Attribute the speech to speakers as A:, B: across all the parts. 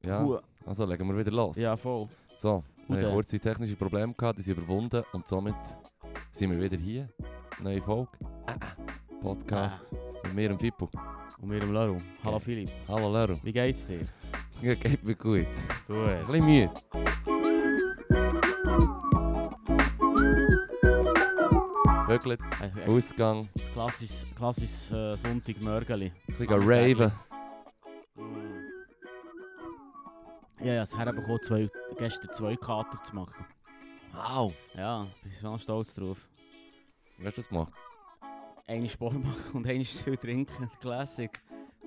A: Ja.
B: Hu-
A: Also legen wir wieder los.
B: Ja, voll.
A: So, wir
B: dann?
A: haben kurze technische Probleme gehabt, die sind überwunden und somit sind wir wieder hier. Neue Folge. Äh, äh. Podcast.
B: Ah.
A: Mit mir und Fippo.
B: Und wir im Larum. Hallo Philipp,
A: Hallo Lero.
B: wie geht's dir?
A: Geht mir gut. Ein
B: Gut.
A: bisschen müde. Wirklich,
B: Ein
A: Ausgang, ein
B: klassisches, klassisches äh, Sonntagmorgeli.
A: bisschen
B: Am
A: raven.
B: Ja, ja, es herbekommen, zwei, gestern zwei Kater zu machen.
A: Wow.
B: Ja, bin schon stolz drauf.
A: Wie hast du das gemacht?
B: Eine Sport machen und eine viel trinken. Classic.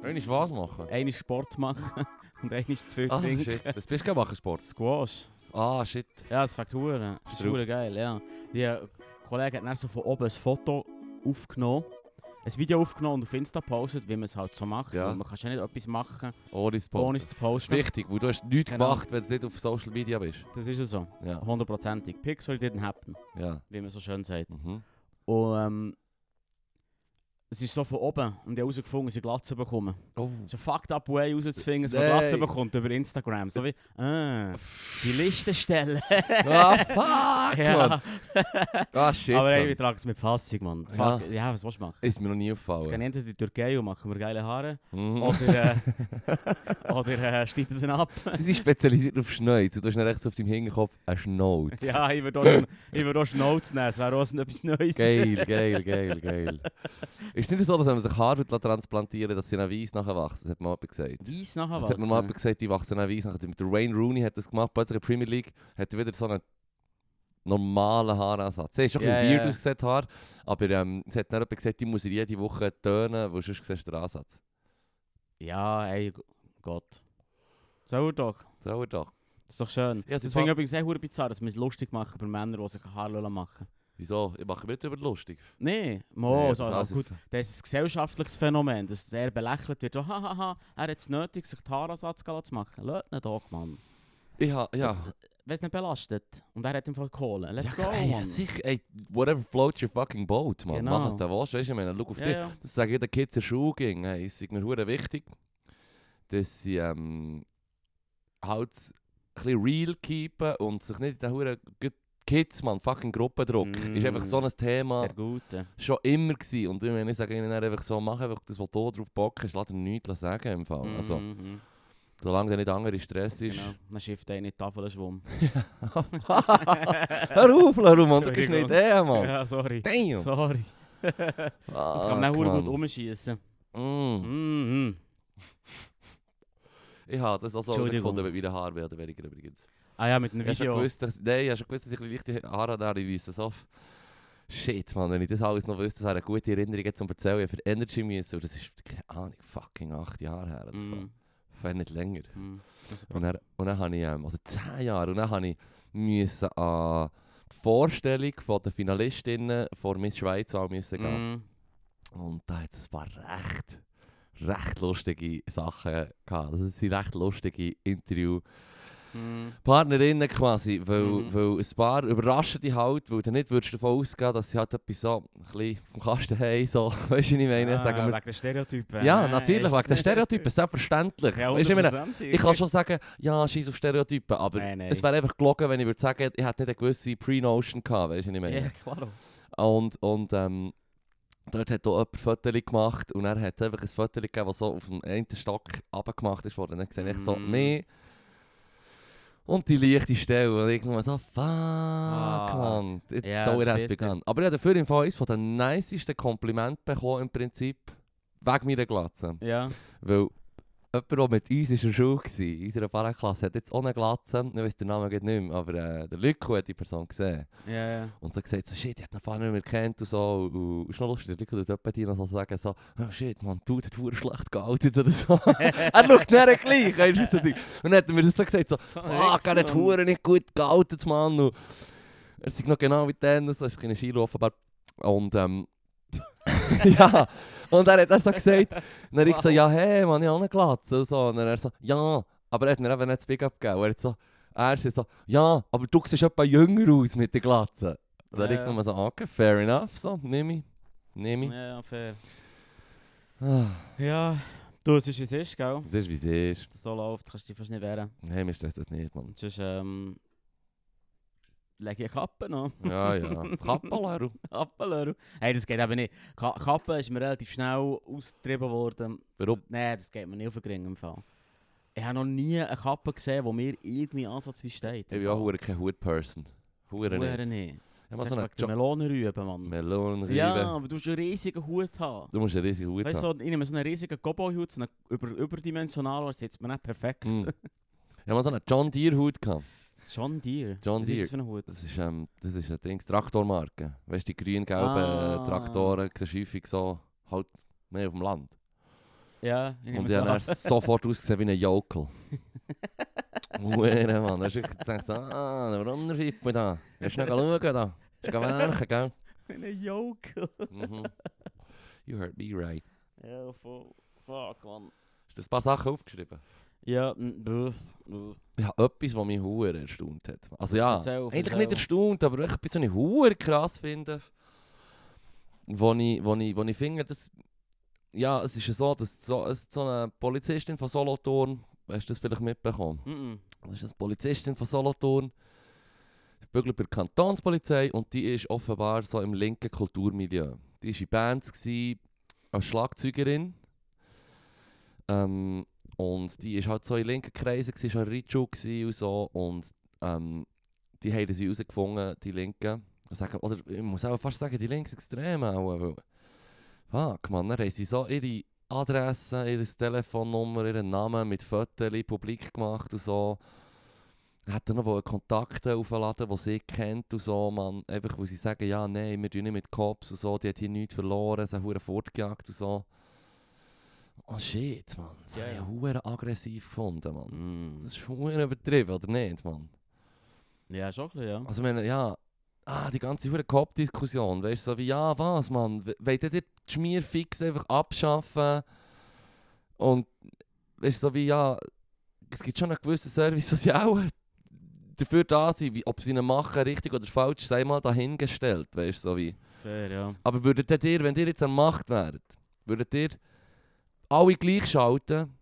A: Könntest du was machen?
B: Eine Sport machen und eine zu viel
A: Ah,
B: trinken.
A: shit. Was bist du machen, Sport?
B: Squash.
A: Ah, shit.
B: Ja, das fängt Huren. Das ist
A: True.
B: hure geil, ja. Die äh, Kollege hat dann so von oben ein Foto aufgenommen, ein Video aufgenommen und auf Insta gepostet, wie man es halt so macht.
A: Ja.
B: Und man kann ja nicht etwas machen,
A: Ohne
B: ohne
A: Sport.
B: es zu
A: ist
B: posten.
A: wichtig, weil du hast nichts
B: Genau.
A: gemacht, wenn du nicht auf Social Media bist.
B: Das ist ja so,
A: Ja,
B: hundertprozentig. Pixel didn't happen,
A: ja.
B: wie man so schön sagt.
A: Mhm.
B: Und ähm, es ist so von oben und ich habe herausgefunden, dass ich Glatze bekomme.
A: Oh.
B: So fucked up way herauszufinden, dass man
A: Nein.
B: Glatze bekommt über Instagram. So wie, ah, die Liste stellen.
A: Ah, fuck, Mann. Ah, shit,
B: Aber ey,
A: Mann.
B: wir tragen es mit Fassung, Mann.
A: Ja.
B: Fuck, ja. was willst du machen?
A: Ist mir noch nie
B: Es gehen
A: aufgefallen.
B: entweder in die Türkei und machen wir geile Haare,
A: Mhm.
B: oder, äh, oder äh, schneiden sie ihn ab.
A: Sie sind spezialisiert auf Schneuz. Du hast dann rechts auf deinem Hinterkopf einen Schnauz.
B: ja, ich würde auch schon- ich würde auch Schnauze nehmen, es wäre auch so etwas Neues.
A: Geil, geil, geil, geil. Ist nicht so, dass wenn man sich Haare transplantieren dass sie dann weiss nachher wachsen? Das hat mir mal jemand gesagt.
B: Weiss
A: Das
B: nachher
A: hat mir mal jemand
B: wachsen.
A: gesagt, die wachsen dann weiss nachher. Der Wayne Rooney hat das gemacht. Plötzlich in der Premier League hat er wieder so einen normalen Haaransatz. Sie ist schon ein
B: Ja,
A: bisschen
B: ja.
A: weird ausgesehen, Haar. Aber ähm, es hat dann jemand gesagt, die muss er jede Woche tönen, weil sonst siehst du den Ansatz.
B: Ja, ey, G- Gott. Soll er doch.
A: So, doch.
B: Das ist doch schön.
A: Ja, sie
B: Deswegen
A: fa-
B: übrigens auch hure bizarr, dass wir es lustig machen über Männer, die sich Haare lassen machen.
A: Wieso? Ich mache mich nicht über lustig.
B: Nein,
A: Nee,
B: mo,
A: das
B: Oh, so,
A: ist alles-
B: gut. Das ist ein gesellschaftliches Phänomen, dass sehr belächelt wird. So, hahaha, er hat es nötig, sich den Haaransatz gehen zu machen. Lass ihn doch, Mann.
A: Ich ha, ja.
B: Wenn es nicht belastet. Und er hat im Fall Kohle. Let's
A: ja,
B: go,
A: Ey, ja,
B: Mann.
A: sicher. Ey, whatever floats your fucking boat, man.
B: Genau.
A: Mach es da was, weißt du? Ich meine, look auf
B: Ja,
A: dich.
B: ja.
A: Das sage ich den Kids in der Schule ging. Hey, es ist mir hure wichtig, dass sie ähm, halt es ein bisschen real keepen und sich nicht in den hure gut- Kids, man, fucking Gruppendruck.
B: Mm.
A: Ist einfach so ein Thema
B: Der Gute.
A: schon immer gewesen. Und ich, meine, ich sage ihnen dann einfach so, mach einfach das, was du drauf Bock hast, lass dir nichts sagen im Fall. Also,
B: Mhm,
A: solange da nicht andere Stress ist.
B: genau. Man schifft einen in die Tafelschwumm.
A: Hör auf, Leru, Mann, du bist
B: Entschuldigung.
A: nicht der, Mann.
B: ja, sorry.
A: Damn! Ah,
B: Sorry. Das kann man auch hure gut um. umschießen.
A: Mm.
B: Mhm.
A: Ich habe das also
B: Entschuldigung.
A: gefunden, wie der Haar werden weniger übrigens.
B: Ah ja, mit einem
A: Ich habe schon
B: Video.
A: gewusst, dass, nein, ich habe schon gewusst, dass ich ein bisschen leichte Haare habe, ich weiss das auf. Shit, Mann, wenn ich das alles noch wüsste, das wäre eine gute Erinnerung jetzt zum Erzählen. Ich habe für Energy müssen, und das ist, keine Ahnung, fucking acht Jahre her oder so.
B: Mhm,
A: Wenn nicht länger.
B: mhm. Das ist
A: Und dann, und dann habe ich, ähm, also zehn Jahre, und dann habe ich müssen an die Vorstellung von der Finalistinnen vor Miss Schweiz auch müssen gehen.
B: Mhm.
A: Und da hat es ein paar recht, recht lustige Sachen gehabt. Das sind recht lustige Interview.
B: Mhm.
A: Partnerinnen quasi, weil,
B: Mhm.
A: weil ein paar überraschen dich halt, weil du nicht würdest davon ausgehen, dass sie halt etwas so ein bisschen vom Kasten haben, so, weißt du, was ich meine?
B: Ah,
A: sagen wir,
B: Wegen der Stereotypen.
A: ja,
B: Nein,
A: natürlich,
B: ist-
A: wegen den Stereotypen, selbstverständlich.
B: Ja,
A: Weisst du, ich meine,
B: hundertprozentig.
A: ich kann schon sagen, ja, scheiß auf Stereotypen, aber
B: Nein, nein.
A: es wäre einfach gelogen, wenn ich würde sagen, ich hätte nicht eine gewisse Pre-Notion gehabt, weißt du, was ich meine?
B: Ja, klar.
A: Und, und ähm, dort hat auch jemand Fotos gemacht und er hat einfach ein Foto gegeben, das so auf dem einen Stock abgemacht ist worden. Dann sehe ich so,
B: Mhm.
A: nee. Und die leichte Stelle. Und ich nur so, fuck, man. It's
B: Ah. ja,
A: so it
B: das
A: has
B: ist bitter.
A: begun. Aber ich habe dafür im Fall eines von den nicesten Komplimenten bekommen, im Prinzip, wegen meiner Glatze.
B: Ja.
A: Weil jemand, der mit uns in der Schule war, in unserer Barrenklasse, hat jetzt ohne Glatze, ich weiß den Namen gerade nicht mehr, aber äh, der Lücke hat die Person gesehen.
B: Ja, ja.
A: Und so gesagt, so, shit, ich hätte ihn vorher nicht mehr gekannt und so. Und- Und und ist noch lustig, der Nico dort dir noch so sagen, so, oh shit, man, du, der wurde schlecht gealtet oder so. er schaut nachher gleich, weißt du, so Zeug. Und dann hat er mir das so gesagt, so,
B: So ein
A: fuck, er hat
B: Wichser, Mann.
A: Huren nicht gut gealtet, Mann. Und er sieht noch genau wie dann, so, ist ein kleiner Schilo offenbar. Und, ähm, ja, und er hat dann so gesagt, und dann ich so, ja, hey, Mann, ich habe eine Glatze und so. Und dann er so, ja, aber er hat mir eben nicht das Big-Up gegeben. Und Er hat so, er ist so, ja, aber du siehst etwa jünger aus mit der Glatze. Und dann
B: Ja,
A: ich
B: ja.
A: nochmal so, okay, fair enough, so, nehme ich, nehme ich.
B: Ja, fair.
A: Ah,
B: Ja, Du, es ist wie es ist, gell?
A: Das ist, wie es ist.
B: So läuft, kannst du dich fast nicht wehren.
A: Hey, mir stresst das nicht, Mann.
B: Und sonst, ähm... Lege ich eine Kappe noch.
A: Ja, ja. Kappalaru.
B: Kappenlöhr. Hey, das geht eben nicht. Ka Kappe ist mir relativ schnell austrieben worden.
A: Warum?
B: Nein, das geht mir nicht auf den Gring im Fall. Ich habe noch nie eine Kappe gesehen, die mir irgendwie Ansatz wie steht.
A: Ich bin auch verdammt kein Hut-Person. Hure nicht.
B: Hure nicht.
A: Ich
B: Das
A: habe
B: ist
A: so einen
B: wegen der Melonenrüben, Mann.
A: Melonenriebe.
B: Ja, aber du musst einen riesigen Hut haben.
A: Du musst einen riesigen Hut
B: Weißt du,
A: haben.
B: so, ich nehme so einen riesigen Cowboy-Hut, so einen über, überdimensionalen, das sitzt mir nicht perfekt.
A: Mm. Ich habe so einen John Deere Hut gehabt.
B: John Deere.
A: John
B: Was ist das für ein Hut?
A: Das ist, ähm, das ist ein Ding, Traktormarke. Weißt du, die grün-gelben
B: Ah.
A: Traktoren sehen häufig so halt mehr auf dem Land.
B: Ja, ich nehme
A: Und
B: so
A: die haben
B: an.
A: dann sofort ausgesehen wie ein Jokel. Hure, Mann. Da hast du echt gesagt, so, ah, der Runnerfippe da. Hast du noch schauen da? Hast du werken, gell?
B: Ein Jokel.
A: Mhm. You heard me right.
B: Ja, voll. Fuck, Mann.
A: Hast du ein paar Sachen aufgeschrieben?
B: Ja, mm, buh, buh.
A: Ja, etwas, was mich hure erstaunt hat. Also ja,
B: Erzähl,
A: eigentlich
B: erzähl.
A: nicht erstaunt, aber echt etwas, was ich hure krass finde. Wo ich, wo ich, wo ich finde, dass... Ja, es ist ja so, dass so, es- so eine Polizistin von Solothurn... Hast du das vielleicht mitbekommen?
B: Mm, mm.
A: Das ist eine Polizistin von Solothurn. Die bügelt bei der Kantonspolizei und die ist offenbar so im linken Kulturmilieu. Die war in Bands, gewesen, als Schlagzeugerin. Ähm, und die ist halt so in linken Kreisen, gewesen, war schon Ritschu gewesen und so. Und ähm, die haben sie herausgefunden, die Linken. Und Sagen, oder ich muss auch fast sagen, die Linksextremen. auch, weil- Fuck, man, dann haben sie so ihre Adresse, ihre Telefonnummer, ihren Namen mit Fotos publik gemacht und so. Hat dann noch wohl Kontakte aufgeladen, die sie kennt und so, man. Einfach, wo sie sagen, ja, nein, wir tun nicht mit Cops und so, die hat hier nichts verloren, sie haben fortgejagt und so. Oh shit, man. Das
B: Ja,
A: habe
B: ja.
A: ich hure aggressiv gefunden, man.
B: Mm.
A: Das ist hure übertrieben, oder nicht, man?
B: Ja, schon ein bisschen, ja.
A: Also, ich meine, ja, ah, die ganze hure Kopfdiskussion, weißt du, so wie, ja, was, Mann, we- wollt ihr die Schmierfix einfach abschaffen? Und, weißt du, so wie, ja, es gibt schon einen gewissen Service, was ja auch dafür da sind, wie, ob sie ihn machen, richtig oder falsch, sei mal dahingestellt, weißt du, so wie.
B: Fair, ja.
A: Aber würdet ihr, wenn ihr jetzt an Macht wäret, würdet ihr alle gleich schalten?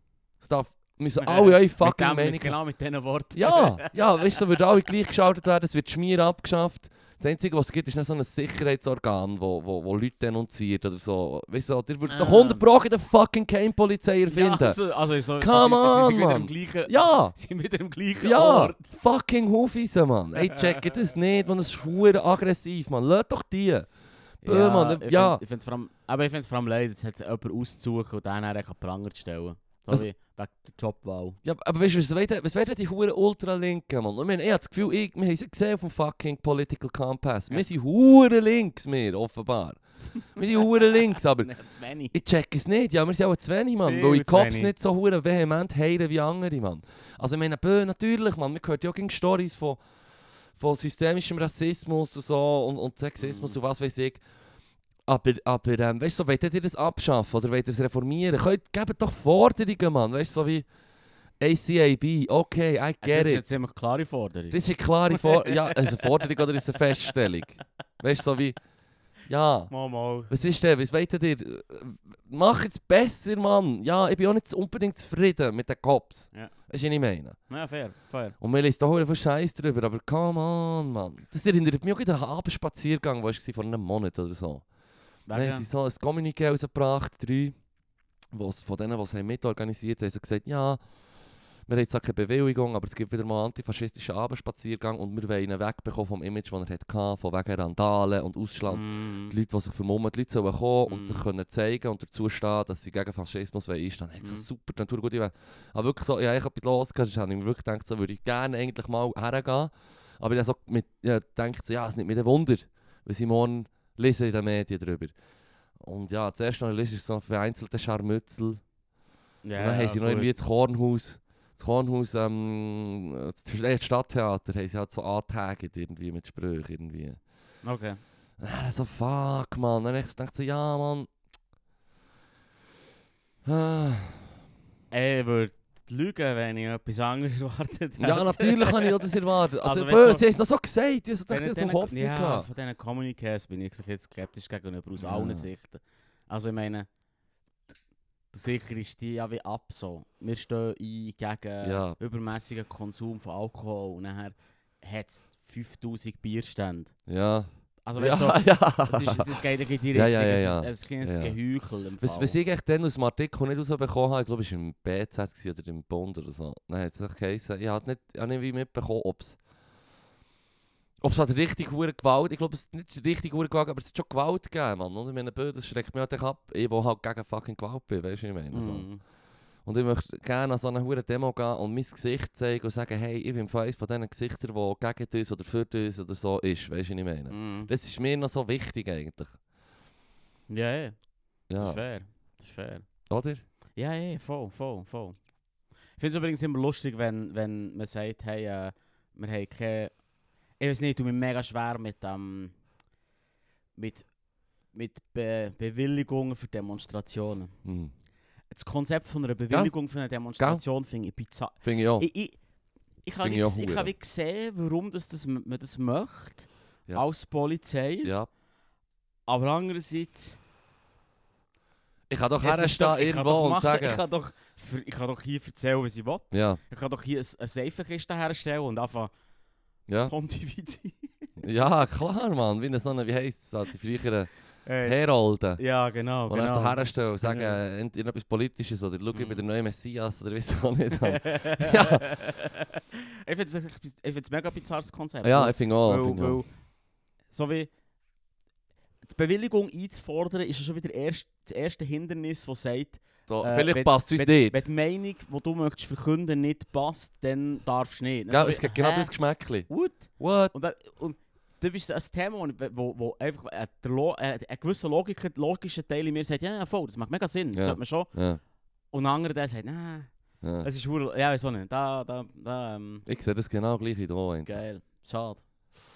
A: Es darf, müssen alle
B: eh,
A: eure fucking
B: mit dem,
A: Meinung
B: mit, Genau mit diesen Worten.
A: ja, ja, weißt du, würden alle gleich geschaltet werden, es wird Schmier abgeschafft. Das Einzige, was es gibt, ist dann so ein Sicherheitsorgan, wo, wo, wo Leute denunziert oder so. Weißt du, ihr würdet doch
B: Ah.
A: 100 Pro in der fucking Keimpolizei erfinden.
B: Ja,
A: Ja,
B: also, also so,
A: Come
B: sie, sie sind
A: on,
B: wieder
A: Mann.
B: am gleichen,
A: ja,
B: sie sind wieder am gleichen Ort.
A: fucking Hufisen, Mann. Ey, checkt das nicht, man, das ist verdammt aggressiv, man. Lass doch die. Bö, Mann,
B: ich
A: ja.
B: find- Ich find's vor allem, aber ich finde es vor allem leid, jetzt hat jemand auszusuchen und den dann kann Pranger zu stellen. So
A: Was-
B: wie wegen der Jobwahl.
A: Ja, aber weißt du, was wollen- was werden die Huren Ultralinken, Mann? Ich, meine, ich habe das Gefühl, ich, wir haben sie gesehen auf dem fucking Political Compass. Wir
B: Ja.
A: sind Huren links, wir, offenbar. wir sind Huren links, aber
B: Nein, zu wenig.
A: Ich check es nicht, ja, wir sind auch zu wenig, Mann,
B: Viel
A: weil ich
B: zu
A: Cops
B: wenig.
A: nicht so hure vehement heilen wie andere, Mann. Also ich meine, bö, natürlich, Mann, man hört ja auch gegen Stories von, von systemischem Rassismus und so und, und Sexismus
B: Mhm.
A: und was weiß ich. Aber, aber ähm, weißt du, so, wollt ihr das abschaffen oder wollt ihr es reformieren? Könnt, gebt doch Forderungen, Mann, weißt du, so wie ACAB, okay, I
B: Äh, Das
A: get
B: ist
A: it.
B: jetzt ziemlich klare Forderung.
A: Das ist eine klare For ja, also eine Forderung oder ist es eine Feststellung? Weißt du, so wie, ja...
B: Mal, mal.
A: Was ist denn? Was wollt ihr? Äh, Mach es besser, Mann! Ja, ich bin auch nicht unbedingt zufrieden mit den Cops.
B: Ja.
A: Weißt du, was ich meine?
B: Ja, fair, fair.
A: Und wir lesen da verdammt viel Scheiß drüber, aber come on, Mann. Das erinnert mich auch an einen Abendspaziergang, der war vor einem Monat oder so.
B: Wegen-
A: Dann haben sie so ein Communiqué rausgebracht, drei, wo's, von denen, die es haben mitorganisiert haben, haben sie gesagt, ja, wir haben zwar keine Bewilligung, aber es gibt wieder mal einen antifaschistischen Abendspaziergang und wir wollen ihn wegbekommen vom Image, das er hatte, von wegen Randalen und Ausschlag
B: Mm.
A: die Leute, die sich vermummen, die Leute sollen kommen und
B: Mhm.
A: sich können zeigen und dazu stehen, dass sie gegen Faschismus einstehen. Hey, so
B: Mhm.
A: super, dann tut gut. Ich habe wirklich so, ja, ich habe etwas losgehört, habe ich mir wirklich gedacht, so würde ich gerne eigentlich mal hergehen. Aber ich habe so mit, ja, gedacht, so, ja, es ist nicht mit ein Wunder, weil sie morgen lesen in den Medien darüber. Und ja, zuerst noch ist so vereinzelte Scharmützel.
B: Ja,
A: und dann haben sie
B: ja,
A: noch
B: gut.
A: irgendwie das Kornhaus, das Kornhaus, ähm, das äh, das Stadttheater, haben sie halt so angetaggt irgendwie mit Sprüchen irgendwie.
B: Okay.
A: Und dann so, fuck, Mann. Dann ich dachte so, ja, Mann. Ah.
B: Ey, ich würde lügen, wenn ich etwas anderes erwartet hätte.
A: Ja, natürlich habe ich auch das erwartet. Also,
B: Also,
A: also
B: weißt du,
A: bö, sie haben es noch so gesagt. Ich dachte,
B: Denen-
A: ich hatte
B: denen-
A: so Hoffnung.
B: Ja,
A: gehabt.
B: von diesen Communicates bin ich jetzt skeptisch gegenüber aus
A: Ja.
B: allen Sichten. Also ich meine, Sicher ist die ja wie ab so. Wir stehen ein gegen
A: Ja.
B: übermäßigen Konsum von Alkohol und nachher hat es 5000 Bierstände.
A: Ja.
B: Also
A: ja,
B: weißt du, so,
A: ja.
B: es, ist, es geht in die
A: Ja,
B: Richtung,
A: ja, ja, ja.
B: es ist ein kleines
A: Ja, ja.
B: Geheuchel im Fall.
A: Was, was ich echt dann aus dem Artikel nicht rausbekommen habe, ich glaube, es war im BZ gewesen oder im Bund oder so. Nein, hat es nicht geheißen. Ich habe nicht, ich hab nicht wie mitbekommen, ob es. Ob es halt richtig hohe Gewalt. Ich glaube, es ist nicht richtig hohe Gewalt, aber es hat schon Gewalt gegeben, Mann. Und ich meine, bö, das schreckt mich halt echt ab. Ich, wo halt gegen fucking Gewalt bin, weißt du, was ich meine. So.
B: Mhm.
A: Und ich möchte gerne an so eine hohe Demo gehen und mein Gesicht zeigen und sagen, hey, ich bin eines von diesen Gesichtern, die gegen uns oder für uns oder so ist, weißt du, was ich meine.
B: Mhm.
A: Das ist mir noch so wichtig eigentlich.
B: Ja, ja, das
A: Ja,
B: ist fair. Das ist fair.
A: oder?
B: Ja, ja, ja, voll, voll, voll. Ich finde es übrigens immer lustig, wenn, wenn man sagt, hey, äh, wir haben keine... Ich weiß nicht, ich tue mich mega schwer mit, ähm, mit, mit Be Bewilligungen für Demonstrationen.
A: Hm.
B: Das Konzept von einer Bewilligung für eine Demonstration finde ich bizarr.
A: Finde ich auch.
B: Ich, ich, ich habe
A: Finde
B: wie
A: ich auch
B: ges- ich
A: hure.
B: habe wie gesehen, warum das, das, m- man das möchte,
A: Ja.
B: als Polizei,
A: ja.
B: aber andererseits...
A: Ich kann doch
B: Es ist doch-
A: herstehen
B: ich kann
A: irgendwo
B: doch
A: und
B: machen- Ich
A: sagen.
B: kann, doch, ver- ich kann doch hier erzählen, was ich will.
A: Ja,
B: Ich kann doch hier ein- eine Seifenkiste herstellen und einfach
A: ja.
B: Pontifizieren.
A: Ja, klar, Mann. Wie so eine, wie heisst es, halt, die früheren
B: Hey.
A: Herolden.
B: Ja, genau.
A: Die dann so
B: genau.
A: herstellen und sagen,
B: Genau.
A: äh, ent- irgendetwas Politisches oder schau, ich
B: Mhm.
A: bin der neue Messias oder weiss ich auch nicht. Mann.
B: ich finde es ein mega bizarres Konzept.
A: ja,
B: Weil-
A: ich finde auch. ich
B: weil,
A: finde auch.
B: weil, so wie die Bewilligung einzufordern, ist ja schon wieder erst, das erste Hindernis, das sagt,
A: So,
B: äh,
A: vielleicht
B: wenn-
A: passt es uns
B: wenn,
A: nicht.
B: wenn die Meinung, die du möchtest verkünden nicht passt, dann darfst du nicht. Dann
A: Gell,
B: so
A: es
B: wie,
A: gibt genau
B: hä?
A: das Geschmäckchen.
B: What?
A: What?
B: Und, da, und das ist ein Thema, wo- wo, wo einfach ein, ein gewisser Logiker, logischer Teil in mir sagt, ja, dus ja, voll, das macht mega Sinn, das
A: Ja.
B: sollte man schon.
A: Ja,
B: Und ein anderer, der sagt, nein,
A: ja. dus
B: es ist hure, ja, wieso nicht, da, da, da, ähm,
A: Ich sehe das genau gleich wie du. eigentlich.
B: geil, schade.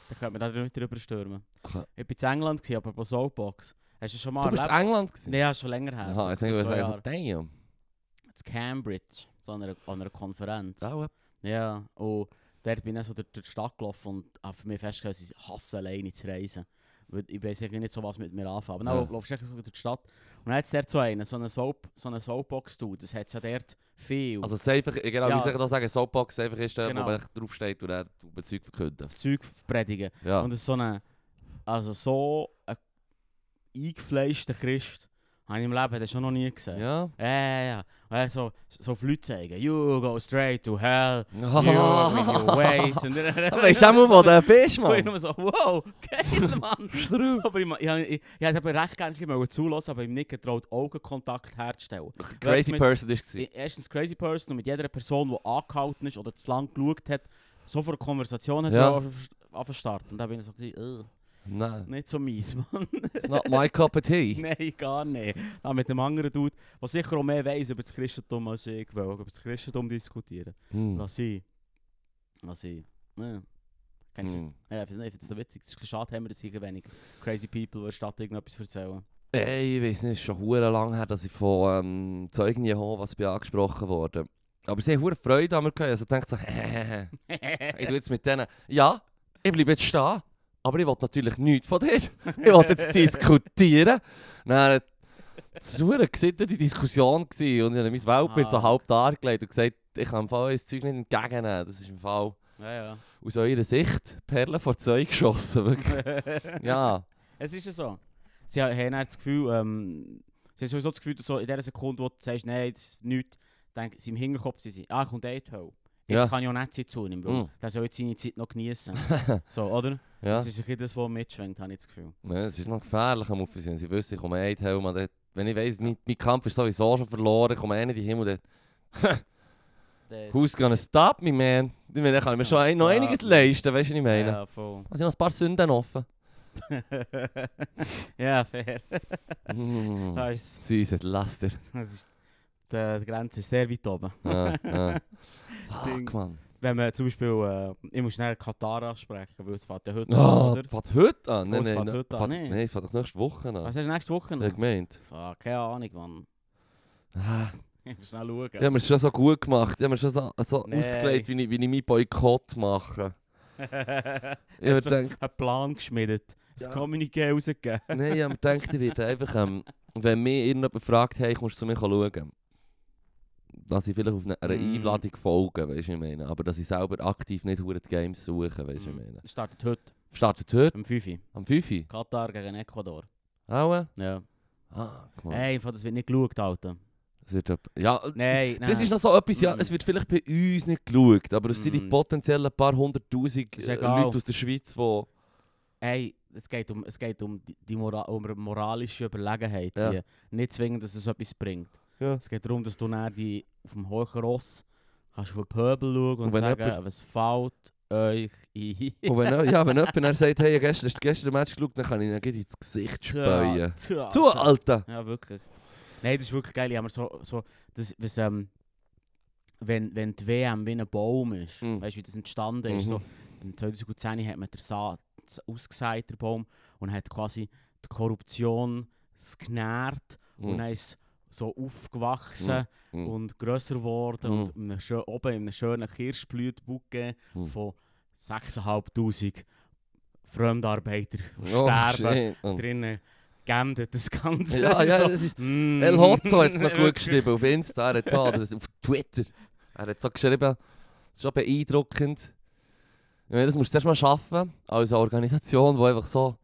B: Da könnte man da nicht drüber stürmen.
A: Ach,
B: Ich war in England, gewesen, aber bei Soulbox. Hast du schon mal
A: Du bist in
B: erlebt?
A: England gewesen?
B: Nein, ja, schon länger her. vor-
A: Aha, jetzt
B: vor
A: denke ich,
B: zwei
A: also,
B: Jahren.
A: damn.
B: Zu Cambridge, so an einer, an einer Konferenz.
A: Da,
B: Ja, und dort bin ich so durch durch die Stadt gelaufen und habe für mich festgestellt, sie hassen alleine zu reisen. Weil ich weiß eigentlich nicht so was mit mir anfangen. Aber dann
A: Ja.
B: laufst du echt so durch die Stadt. Und dann hat es dort so einen, so einen, Soap, so einen soapbox du Das hat es ja dort viel.
A: Also, es ist einfach, genau,
B: Ja.
A: wie soll ich da sagen, Soapbox einfach ist der,
B: Genau.
A: wo man draufsteht und er über Zeug verkündet.
B: Zeug predigen.
A: Ja.
B: Und es ist so eine, also so ein eingefleischter Christ, habe ich im Leben das schon noch nie gesehen.
A: Ja.
B: Ja, ja, ja. Und dann so, so auf Leute zeigen, you go straight to hell, you in your
A: Ja.
B: ways. Und dann-
A: Aber ich schau mal, wo der bist,
B: Und ich
A: Mann.
B: nur so, wow, geil, Mann. aber ich, ma- ich, ich, ich, ich hätte recht gerne ein bisschen zulassen, aber ich habe nicht getraut, Augenkontakt herzustellen.
A: Crazy
B: mit-
A: Person war es.
B: Ich- Erstens crazy person und mit jeder Person, die angehalten ist oder zu lang geschaut hat, sofort eine Konversation hat
A: Ja.
B: ja. auf den Start. Und da bin ich so, ein bisschen, äh,
A: Nein,
B: nicht so mies, Mann.
A: it's not my cup of tea.
B: Nein, gar nicht. Dann mit dem anderen Dude, der sicher auch mehr weiß über das Christentum als ich, weil über das Christentum diskutieren.
A: Hm.
B: Lass ihn. Lass ihn. Ja. Kennst du das
A: Hm.
B: Ja, ich finde es noch witzig. Es ist kein Schade, haben wir sicher wenig crazy people, die in der Stadt irgendetwas erzählen.
A: Ey, ich weiß nicht, es ist schon hure lang her, dass ich von ähm, Zeugen Jehovas bin angesprochen wurde. Aber sie haben hure Freude an mir gehabt. Also denkt so, hehehe, ich tu jetzt mit denen. Ja, ich bleibe jetzt stehen, aber ich will natürlich nichts von dir. Ich will jetzt diskutieren. Dann, äh, es war eine gesittete Diskussion gewesen und ich habe mein Weltbild so
B: Ah.
A: halb dargelegt und gesagt, ich kann im Fall euer Zeug nicht entgegennehmen. Das ist im Fall...
B: Ja, ja.
A: aus eurer Sicht Perlen vor zwei geschossen. Wirklich. ja.
B: Es ist ja so. Sie ha- haben dann das Gefühl, ähm, sie haben sowieso das Gefühl, dass so in der Sekunde, wo du sagst, nein, das ist nichts, denken sie im Hinterkopf, sie sind, ah, kommt eh die Hölle. Jetzt
A: Ja.
B: kann ich auch nicht Zeit zunehmen, weil
A: Mm.
B: der soll jetzt seine Zeit noch genießen. so, oder?
A: ja.
B: Das ist ein bisschen das, was mitschwingt, habe ich das Gefühl.
A: Ja, es ist noch gefährlich am Aufsehen. Sie wissen, ich komme eh in den Himmel. Dann- Wenn ich weiss, mein, mein Kampf ist sowieso schon verloren, ich komme eh nicht in den Himmel. Dann,
B: Das-
A: who's gonna stop me, man? Ich meine, Dann kann ich mir schon ein, noch einiges leisten, weißt du, was ich meine?
B: Ja, voll.
A: Da sind noch ein paar Sünden offen.
B: ja, fair.
A: mm.
B: Das ist,
A: Sie ist ein Laster.
B: das ist, die, die Grenze ist sehr weit oben.
A: Ja, ja.
B: Ding.
A: eh. Fuck, man.
B: Wenn man zum Beispiel, äh, ich muss schnell Katar ansprechen, weil es fährt ja heute an,
A: Oh,
B: oder?
A: fährt heute an?
B: Oh,
A: Nein,
B: es
A: nein,
B: fährt heute an,
A: fährt-
B: nee.
A: Nein, es fährt doch nächste Woche an.
B: Was hast du nächste Woche
A: Hab Ich
B: noch?
A: gemeint.
B: Fuck, keine Ahnung, Mann.
A: Ah.
B: Ich muss schnell schauen.
A: Ich habe mir schon so gut gemacht. Ich habe mir schon so, so
B: Nee.
A: ausgelegt, wie ich, wie ich meinen Boykott mache. Ich habe
B: Hast du
A: gedacht,
B: einen Plan geschmiedet. Das
A: Ja.
B: Kommuniqué rausgegeben.
A: Nein, ich habe mir gedacht, ich werde einfach, ähm, wenn mich irgendjemand fragt, hey, kommst du zu mir schauen? Dass ich vielleicht auf eine, einer
B: Mm.
A: Einladung folge, weißt du, ich meine. Aber dass ich selber aktiv nicht verdammt die Games suche, weißt du, ich
B: Mm.
A: meine.
B: Startet heute,
A: Startet heute
B: am 5. Uhr.
A: am 5 Uhr.
B: Katar gegen Ecuador.
A: Auch?
B: Ja.
A: Ah, guck mal.
B: Hey, im Fall, das wird nicht geschaut, Alter.
A: Das wird ab- ja, äh,
B: Nein, nein.
A: das ist noch so etwas, ja,
B: Mm.
A: es wird vielleicht bei uns nicht geschaut, aber es sind die
B: Mm.
A: potenziellen paar hunderttausend
B: Ist
A: äh,
B: egal.
A: Leute aus der Schweiz, die...
B: Hey, es geht um, es geht um die, die Mora um eine moralische Überlegenheit
A: Ja.
B: hier. Nicht zwingend, dass es etwas bringt.
A: Ja.
B: Es geht darum, dass du dann die auf dem hohen Ross kannst auf den Pöbel schauen und,
A: Und wenn
B: sagen,
A: jemand-
B: was fällt euch ein.
A: Und wenn, ja, wenn jemand dann sagt, hey, gestern hast du gestern ein Match geschaut, dann kann ich ihn gleich ins Gesicht
B: Tja,
A: speien.
B: tja,
A: Zu,
B: tja.
A: Alter!
B: Ja, wirklich. Nein, das ist wirklich geil. Ich habe mir so, so das, was, ähm, wenn, wenn die WM wie ein Baum ist,
A: Mhm.
B: weißt du, wie das entstanden ist.
A: Mhm.
B: So, im 2010 hat man den Saat ausgesät, der Baum, und hat quasi die Korruption es genährt und
A: Mm.
B: dann ist es so aufgewachsen
A: Mhm.
B: und grösser geworden
A: Mhm.
B: und in einem schö- oben in einem schönen Kirschblütenbucke
A: Mhm.
B: von 6'500 Fremdarbeitern, die
A: Oh,
B: sterben
A: shit. Und-
B: drinnen gemdet das Ganze.
A: Ja, ja,
B: so,
A: das ist...
B: mm.
A: El Hotzo hat es noch gut
B: Wirklich.
A: geschrieben auf Insta, er hat's auch, das- auf Twitter. Er hat so geschrieben, es ist schon beeindruckend. Ich meine, das musst du erst mal schaffen, als eine Organisation, die einfach so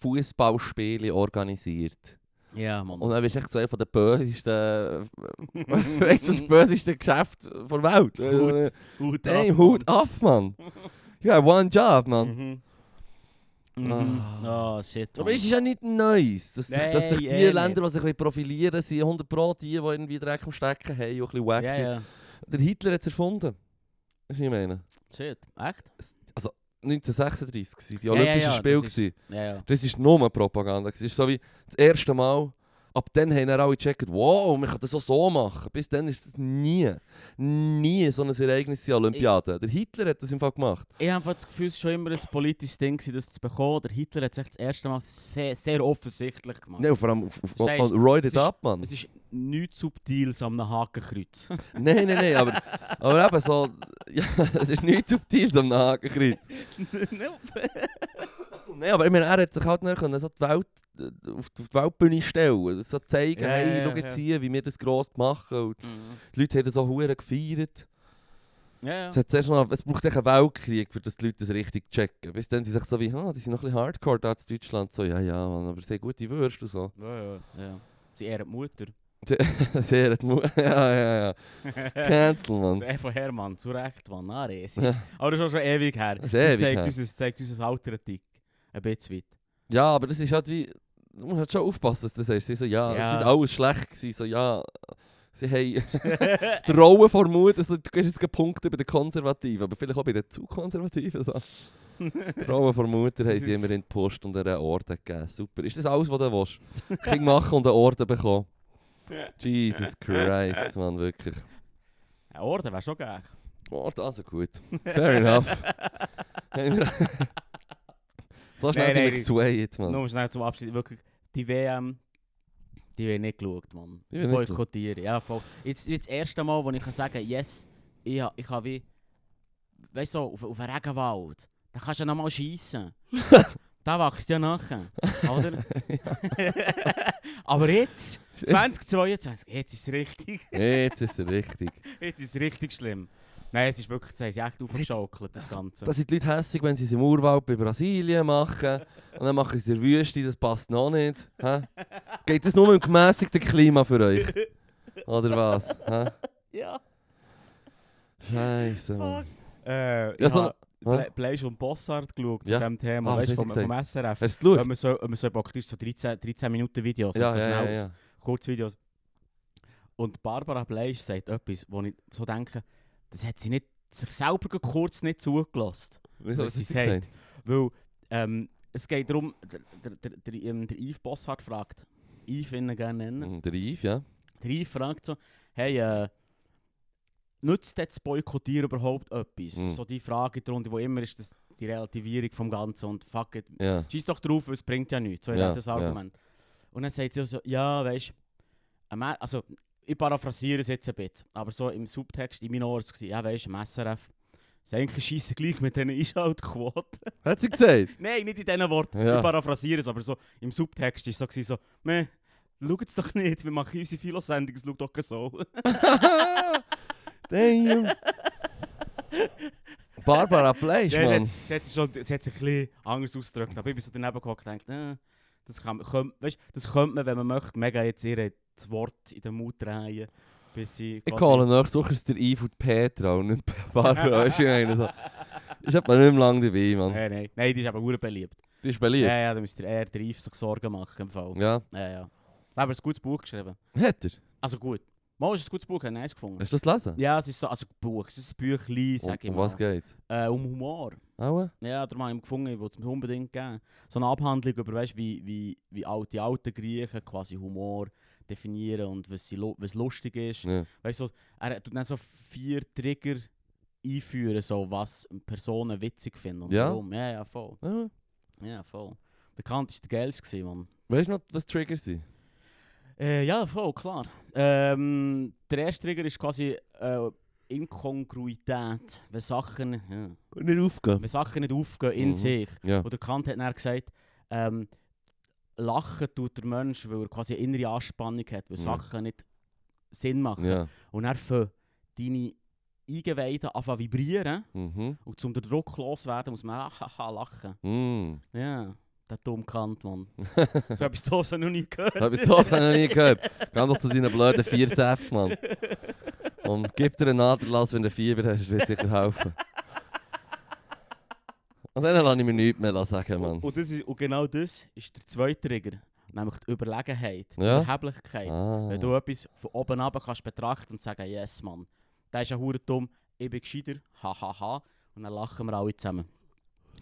A: Fußballspiele organisiert.
B: Ja, Mann.
A: Und dann bist du echt so einer von der bösesten, weißt du, das böseste Geschäft der Welt.
B: Hut. Hut ab,
A: Damn,
B: Mann.
A: Hut auf, Mann. You have one job, Mann.
B: Mhm. Mhm.
A: Ah.
B: Oh, shit.
A: Aber
B: Mann.
A: es ist ja nicht Neues, dass sich, dass sich die
B: Nein, eh
A: Länder, die sich profilieren wollen, sind 100 Pro die, die irgendwie Dreck am Stecken haben und ein bisschen wack
B: Ja,
A: sind.
B: ja.
A: Der Hitler hat es erfunden. Das ist ich meine.
B: Shit. Echt?
A: 1936 waren die
B: Ja, ja,
A: Olympischen
B: ja, das
A: Spiele.
B: ist-
A: gewesen.
B: Ja, ja.
A: Das war nur Propaganda. gewesen. Das ist so wie das erste Mal. Ab dann haben dann alle gecheckt, wow, man kann das auch so machen. Bis dann ist das nie, nie so ein Ereignis in Olympiade. Der Hitler hat das im Fall gemacht.
B: Ich habe einfach das Gefühl, es war schon immer ein politisches Ding, gewesen, das zu bekommen. Der Hitler hat es echt das erste Mal fe- sehr offensichtlich gemacht.
A: Nein, und vor allem auf, auf,
B: Verstehst
A: auf,
B: du?
A: Roid it
B: Es Ah. ist-
A: up, Mann.
B: Es ist nichts Subtiles am Hakenkreuz.
A: Nein, nein, nein, aber, aber eben so, ja, es ist nichts subtil am Hakenkreuz.
B: Mhm.
A: Nein, aber ich meine, er hat sich halt nicht können, so die Welt, äh, auf die auf die Weltbühne stellen, so zeigen,
B: Ja,
A: hey,
B: ja,
A: schau jetzt
B: ja.
A: hier, wie wir das gross machen. Und die Leute haben das auch hure gefeiert.
B: ja,
A: Es,
B: ja.
A: hat zuerst noch, es braucht echt einen Weltkrieg, für dass die Leute das richtig checken. Bis dann sind sie sich so wie, ah, die sind noch ein bisschen hardcore da in Deutschland. So, ja, ja, Mann, aber sehr gute Würste und so.
B: Ja, ja. ja. Sie ehren die Mutter.
A: sehr, ja, ja, ja. Cancel, Mann.
B: Der von Hermann, zu Recht, Mann. Ah, Resi.
A: Ja.
B: Aber das ist auch schon ewig her.
A: Das ist ewig
B: zeigt,
A: her.
B: Uns, das zeigt uns ein Alter ein Tick. Ein bisschen weit.
A: Ja, aber das ist halt wie. Du musst halt schon aufpassen, dass du das sagst. Sie so, ja, es
B: Ja.
A: war nicht alles schlecht. Gewesen. So, ja, sie haben die Rolle vor Mut. Also, du gehst jetzt Punkte bei den Konservativen, aber vielleicht auch bei den zu Konservativen. So. Die Rolle vor Mutter haben
B: Das
A: sie
B: ist-
A: immerhin die Post und eine Orden gegeben. Super. Ist das alles, was du willst? Kind machen und eine Orden bekommen. Jesus Christ, Mann, wirklich.
B: Ein Orden wäre schon geil.
A: Orden, also gut. Fair enough. Haben wir- so schnell
B: Nein,
A: sind wir
B: nein,
A: geswayed, Mann.
B: Nur schnell zum Abschied. Wirklich, die WM, die wird nicht geschaut, Mann.
A: Die
B: Das
A: wird nicht geschaut.
B: Boykottieren. Ja, voll. Jetzt jetzt das erste Mal, wo ich kann sagen yes, ich habe ich ha wie. Weißt du, so, auf, auf einen Regenwald. Da kannst du ja nochmal schiessen. da wächst ja nachher. Oder? Aber jetzt, 2022, jetzt ist es richtig.
A: Jetzt ist es richtig.
B: Jetzt ist es richtig schlimm. Nein, es ist wirklich, das haben sie echt aufgeschaukelt, das Ganze.
A: Da sind die Leute hässig, wenn sie es im Urwald bei Brasilien machen. Und dann machen sie es in der Wüste, das passt noch nicht. Hä? Geht es nur im gemäßigten Klima für euch? Oder was? Hä?
B: ja,
A: Scheiße. Mann.
B: Äh, ich
A: Ja, so-
B: habe
A: Hä?
B: Ble Bleich und Bossart geschaut zu
A: Ja.
B: diesem
A: Ah,
B: Thema,
A: was
B: weißt du, vom,
A: hast du
B: vom SRF.
A: Hast du es
B: Wenn
A: geschaut?
B: man so, wenn man so praktisch so 13, 13 Minuten Videos, Dus
A: Ja,
B: so
A: ja, ja,
B: schnell,
A: ja.
B: Kurzvideos. Und Barbara Bleich sagt etwas, wo ich so denke, das hat sie nicht, sich selber kurz nicht zugelassen.
A: Wieso,
B: was
A: was
B: sie
A: hast du gesagt?
B: Weil ähm, es geht darum, der, der, der, ähm, der Yves Bossart fragt, Yves ihn gerne nennen,
A: Hm, Der Yves, ja.
B: der Yves fragt so, hey, äh, nützt das Boykottieren überhaupt etwas?
A: Mhm.
B: So die Frage darunter, die immer ist, das die Relativierung vom Ganzen und fuck it,
A: Ja.
B: schieß doch drauf, es bringt ja nichts. So
A: Ja,
B: ja, das
A: ja.
B: Argument. Und dann sagt sie auch so, ja, weißt du, also ich paraphrasiere es jetzt ein bisschen, aber so im Subtext in meinen Ohren war es, ja, weißt du, im SRF Ist eigentlich scheiße gleich mit diesen Einschaltquoten.
A: Hat sie gesagt?
B: Nein, nicht in diesen Worten.
A: Ja.
B: Ich paraphrasiere es, aber so im Subtext war es so, gewesen, so meh, schaut es doch nicht, wir machen unsere Filosendung, es schaut doch keine so.
A: Damn. Barbara Pleisch,
B: Ja,
A: Mann.
B: sie, hat, sie, hat sich schon, sie hat sich ein bisschen anders ausgedrückt, aber ich bin so daneben gehockt und dachte, äh, das, kann, man- könnte, weißt, das könnte man, wenn man möchte, mega jetzt ihr das Wort in den Mund drehen, bis sie
A: Ich calle nachsuchers der Yves und Petra und nicht Barbara. Weißt du, ich meine, so. Ich hab mir nicht mehr lange dabei, Mann.
B: Nein, nein, nein, die ist aber sehr beliebt.
A: Du bist beliebt.
B: Ja, ja, da müsst ihr eher der Yves sich Sorgen machen im Fall.
A: Ja.
B: Ja, ja. Aber ein gutes Buch geschrieben.
A: Hat er?
B: Also gut. Mal ist ein gutes Buch, ich nice gefunden.
A: Hast du das gelesen?
B: Ja, es ist so, also Buch, es ist ein Büchlein,
A: Um,
B: sag ich
A: um
B: mal.
A: was geht's?
B: Äh, um Humor.
A: Aua?
B: Ja, darum habe ich ihn gefunden, ich wollte es mir unbedingt geben. So eine Abhandlung über, weißt, wie, wie, wie alt die alten Griechen quasi Humor definieren und was, sie lu- was lustig ist.
A: Ja.
B: Weißt du, so- er tut dann so vier Trigger einführen, so, was Personen witzig finden und
A: Ja?
B: warum. Ja, ja, voll.
A: Ah.
B: Ja, voll. Der Kant war der geilste, gewesen, Mann.
A: Weißt du noch, was Trigger sind?
B: Äh, ja, voll, klar. Ähm, der erste Trigger ist quasi äh, Inkongruität. Wenn Sachen, ja,
A: Und nicht aufgehen.
B: wenn Sachen nicht aufgehen in
A: Mhm.
B: sich.
A: Ja.
B: Und der Kant hat dann gesagt, ähm, Lachen tut der Mensch, weil er quasi eine innere Anspannung hat, weil
A: Mhm.
B: Sachen nicht Sinn machen.
A: Ja.
B: Und dann fangen deine Eingeweide an zu vibrieren.
A: Mhm.
B: Und um den Druck loszuwerden, muss man hahaha lachen.
A: Mm.
B: Ja, der dumme Kant, Mann. so etwas Dosen noch nie gehört.
A: Hab ich so noch nie gehört. Geh doch zu deinen blöden Viersäft, Mann. Und gib dir einen Aderlass, wenn du Fieber hast, das wird sicher helfen. Und dann lasse ich mir nichts mehr sagen, Mann.
B: Und, das ist, und genau das ist der zweite Trigger, nämlich die Überlegenheit, die
A: Ja.
B: Überheblichkeit.
A: Ah.
B: Wenn du etwas von oben ab kannst betrachten und sagen, yes Mann, der ist ja hure dumm, ich bin gescheiter, hahaha. Ha, ha. Und dann lachen wir alle zusammen.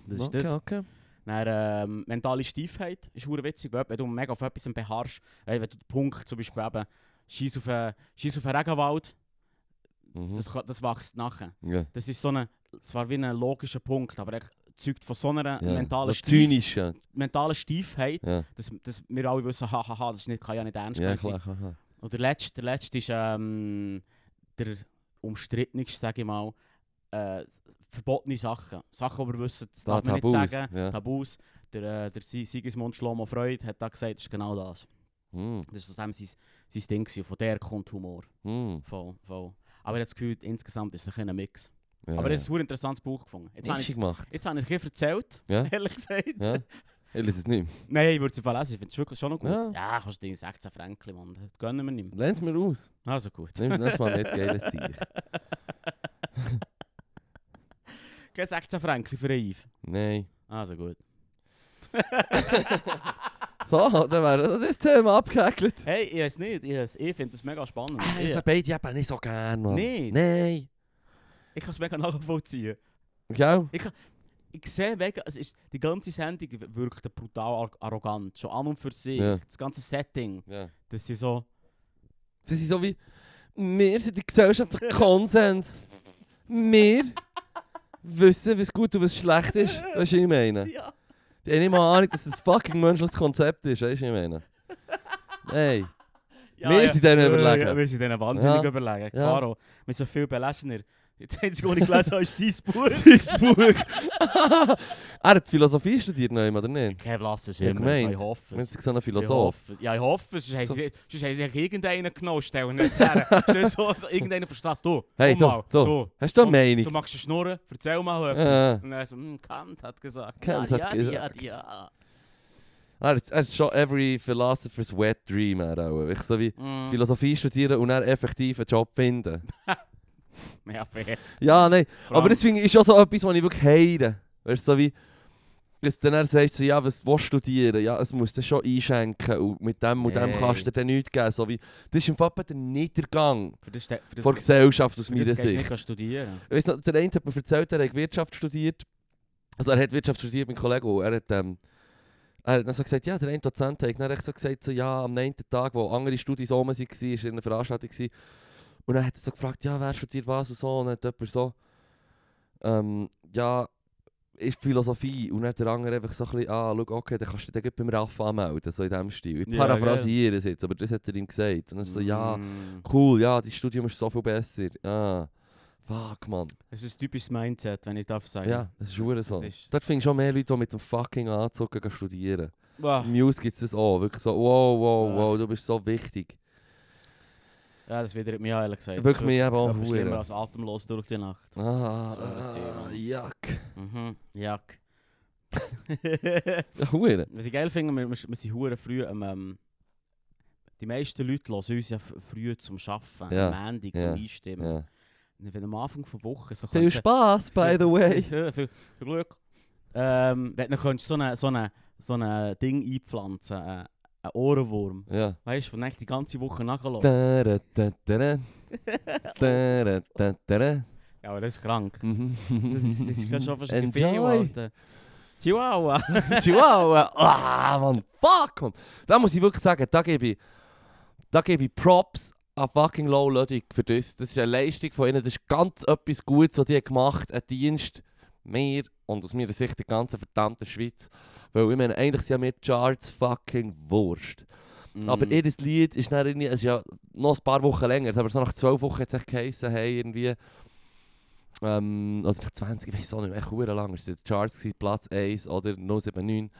B: Das
A: okay,
B: ist das.
A: okay.
B: Dann, ähm, mentale Steifheit ist hure witzig, weil wenn du mega auf etwas beharrst, weil wenn du den Punkt zum Beispiel eben, schieß auf einen schieß auf einen Regenwald,
A: Mhm.
B: das, kann- das wächst nachher.
A: ja.
B: Das ist so eine, zwar wie ein logischer Punkt, aber echt zeugt von so einer
A: Ja.
B: mentalen,
A: Das
B: Steif,
A: Zynische.
B: mentalen Steifheit,
A: Ja,
B: dass, dass wir alle wissen, hahaha, das ist nicht, kann ja nicht ernst
A: ja
B: gemeint sein.
A: klar. klar, klar.
B: Und der letzte, der letzte ist ähm, der umstrittenste, sage ich mal, äh, verbotene Sachen. Sachen, die wir wissen, das
A: Da,
B: darf man nicht
A: Ah, Tabus,
B: sagen.
A: ja.
B: Tabus. Der, äh, der Si- Sigismund Schlomo Freud hat da gesagt, das ist genau das.
A: Mm.
B: Das ist so sein, sein sein Ding gewesen. Von der kommt Humor.
A: Mm.
B: Voll, voll. Aber ich habe das Gefühl, insgesamt ist es ein bisschen ein Mix.
A: Ja,
B: Aber
A: ja.
B: das ist ein verdammt interessantes Buch gefunden. Jetzt habe ich
A: Nischig gemacht.
B: jetzt habe ich es ein bisschen erzählt,
A: Ja.
B: ehrlich gesagt.
A: Ja. Ich lese es nicht mehr.
B: Nein, ich würde es im Fall lesen, ich finde es wirklich schon noch gut.
A: Ja.
B: Ja, kostet irgendwie 16 Franken, Mann. Das gönnen wir nicht mehr.
A: Lehn es mir aus.
B: Also gut.
A: Nimm es nächstes Mal mit, geiles Zeichen.
B: Kein 16 Franken für einen Eif.
A: Nein.
B: Also gut.
A: So, dann wäre das Thema abgehackelt.
B: Hey, ich weiß nicht, ich, weiss- ich finde das mega spannend.
A: Ah,
B: ich
A: ich habe beide eben nicht so gern, Mann.
B: Nicht?
A: Nein.
B: ich kann es mega nachvollziehen.
A: Gell?
B: Ich sehe mega, es ist, die ganze Sendung wirkt brutal ar- arrogant. Schon an und für sich.
A: Ja.
B: Das ganze Setting.
A: Ja.
B: Das ist so.
A: Sie sind so wie... Wir sind der gesellschaftliche Konsens. Wir wissen, was gut und was schlecht ist. Weißt du, was ich meine?
B: Ja.
A: Die haben nicht mal Ahnung, dass das ein fucking menschliches Konzept ist. Weißt du, was ich meine? Nein. Wir sind denen überlegen.
B: Ja, wir sind denen wahnsinnig
A: Ja.
B: überlegen. Klaro, wir sind viel belesener. Jetzt haben sie gar nicht gelesen, oh, ist sein Buch.
A: Sein Buch. er hat Philosophie studiert, noch jemand, oder nicht?
B: Kein blasses
A: Ja,
B: Schimmer.
A: gemeint.
B: ich hoffe
A: Wir
B: es.
A: sind so ein
B: Ich
A: Philosoph.
B: hoffe es. Ja, ich hoffe es. Sonst haben
A: So-
B: sie sonst haben sie sich irgendeinen genommen. Stell nicht her. Sonst so, so irgendeiner versteht. Du,
A: Hey,
B: komm
A: da,
B: mal,
A: da.
B: du.
A: Hast du eine
B: Du
A: Meinung?
B: machst eine Schnurren, erzähl mal etwas.
A: Ja.
B: Und er so, «Hm, Kant hat gesagt.
A: Kant
B: ja,
A: hat
B: ja,
A: gesagt.»
B: Ja,
A: Er hat, er hat schon every philosopher's wet dream. Er auch. Ich so wie
B: ja. Mm.
A: Philosophie studieren und dann effektiv einen Job finden.
B: Ja, fair.
A: Ja, nein.
B: Vor
A: Aber
B: allem-
A: das finde ich ist auch so etwas, was ich wirklich heide. Weißt du, so wie... Dass du dann sagst, so, ja, was willst du studieren? Ja, es muss dir schon einschenken und mit dem und dem
B: Nein.
A: kannst du dir nichts geben. So wie, das ist im Fall der Niedergang
B: Für das, ste- für das,
A: vor
B: für
A: Gesellschaft aus
B: das
A: meiner
B: gehst du
A: Sicht.
B: nicht studieren.
A: Ich weiss noch, der eine hat mir erzählt, er hat Wirtschaft studiert. Also er hat Wirtschaft studiert, mein Kollege, und er hat, ähm, er hat dann so gesagt, ja, der eine Dozent hat dann echt so gesagt, so, ja, am einen Tag, wo andere Studis oben waren, war er in einer Veranstaltung. Gewesen, und dann hat er so gefragt, ja, wer studiert was und so. Und dann hat jemand so, ähm, ja, ist Philosophie. Und dann hat der andere einfach so ein bisschen, ah, schau, okay, dann kannst du dich gleich beim RAF anmelden, so in dem Stil. Ich
B: Ja,
A: paraphrasiere es jetzt, aber das hat er ihm gesagt. Und dann ist so, Also, ja,
B: Mm.
A: cool, ja, das Studium ist so viel besser. Ah, Fuck, man.
B: Es ist ein typisches Mindset, wenn ich darf sagen.
A: Ja, es ist schwer so.
B: Ah, Das ist-
A: Dort findest du auch mehr Leute, die mit dem fucking Anzug gehen studieren.
B: Wow.
A: Im News gibt es das auch. Wirklich so, wow, wow,
B: Ah.
A: wow, du bist so wichtig.
B: Ja, das widert mich auch, ehrlich gesagt.
A: Wirklich mich eben auch
B: aber schlimmer
A: verdammt.
B: als atemlos durch die Nacht.
A: Ah,
B: So ein
A: ah,
B: Thema.
A: jack.
B: Mhm, jack.
A: Ja, verdammt.
B: Was ich geil finde, wir, wir wir sind hure früh am... Ähm, die meisten Leute hören uns ja f- früh zum Arbeiten,
A: Ja,
B: am Ende
A: ja,
B: zum Einstimmen.
A: Ja.
B: Wenn am Anfang der Woche so
A: Viel
B: könnte-
A: Spaß, by the way.
B: Ja, viel, viel Glück. Ähm, wenn du könntest so ein so eine, so eine Ding einpflanzen, äh, ein Ohrenwurm.
A: Ja.
B: Weißt du, von echt die ganze Woche nachgelaufen.
A: Tada, tada, tada, tada.
B: Ja, aber das ist krank.
A: Mhm.
B: Das ist, das ist schon fast ein Gefehl,
A: Enjoy.
B: Alter. Chihuahua.
A: Chihuahua. Ah, man. Fuck, man. Da muss ich wirklich sagen, da gebe ich, da gebe ich Props an fucking Low Ludwig für das. Das ist eine Leistung von ihnen. Das ist ganz etwas Gutes, was die gemacht haben. Ein Dienst mir und aus meiner Sicht der ganzen verdammten Schweiz. Weil ich meine, eigentlich sind ja mir die Charts fucking Wurst. Aber
B: Mhm.
A: ihr Lied ist dann irgendwie, es ist ja noch ein paar Wochen länger, aber so nach 12 Wochen hat es echt geheissen, hey, irgendwie, ähm, oder nach 20, ich weiß auch nicht mehr, echt verdammt lang, es war in den Charts, gewesen, Platz 1 oder 079.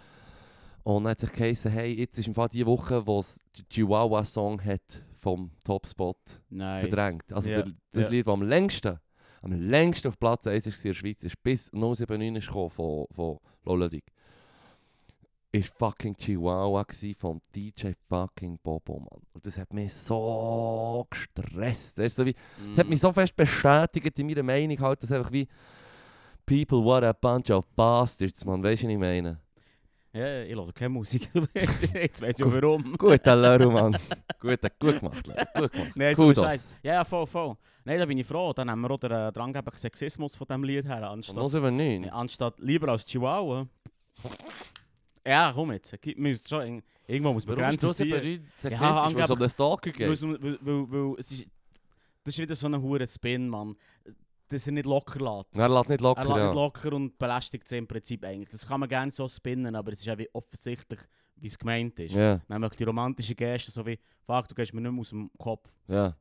A: Und dann hat es echt geheissen, hey, jetzt ist im Fall die Woche, wo es den Chihuahua-Song hat vom Topspot
B: Nice.
A: verdrängt. Also
B: Ja,
A: der, das
B: ja.
A: Lied, das am längsten, am längsten auf Platz 1 war in der Schweiz, ist bis 079 ist gekommen von, von Loledig. Ist fucking Chihuahua gsi vom DJ fucking Bobo, Mann. Und das hat mich so gestresst. Das, ist so wie,
B: Mhm.
A: das hat mich so fest bestätigt in meiner Meinung halt, dass einfach wie People, what a bunch of bastards, Mann. Weißt du, was ich meine?
B: Ja, ja, ich höre keine Musik. Jetzt weiß ich auch warum.
A: Guter Lörl, Mann. Gut, gut gemacht, Lörl. Gut gemacht.
B: Nein, so
A: Kudos.
B: Bescheid. Ja, ja, voll, voll. Nein, da bin ich froh. Dann haben wir auch den äh, drangebenden Sexismus von diesem Lied her, anstatt...
A: 079.
B: Nee, Äh, anstatt lieber als Chihuahua. ja, komm jetzt. Gib mir schon in- irgendwo muss man
A: Warum ist
B: Grenzen
A: das
B: ziehen.
A: überall sexistisch?
B: Ja,
A: Weil es um
B: angeblich-
A: den Stalker
B: Weil,
A: geht.
B: es- weil, weil, weil es ist, das ist wieder so ein hure Spin, Mann. Dass er nicht locker lässt.
A: Er lässt nicht locker,
B: er lässt
A: ja.
B: nicht locker und belästigt sie im Prinzip eigentlich. Das kann man gerne so spinnen, aber es ist auch wie offensichtlich, wie es gemeint ist.
A: Ja,
B: Nämlich die romantische Geste, so wie, fuck, du gehst mir nicht mehr aus dem Kopf.
A: ja.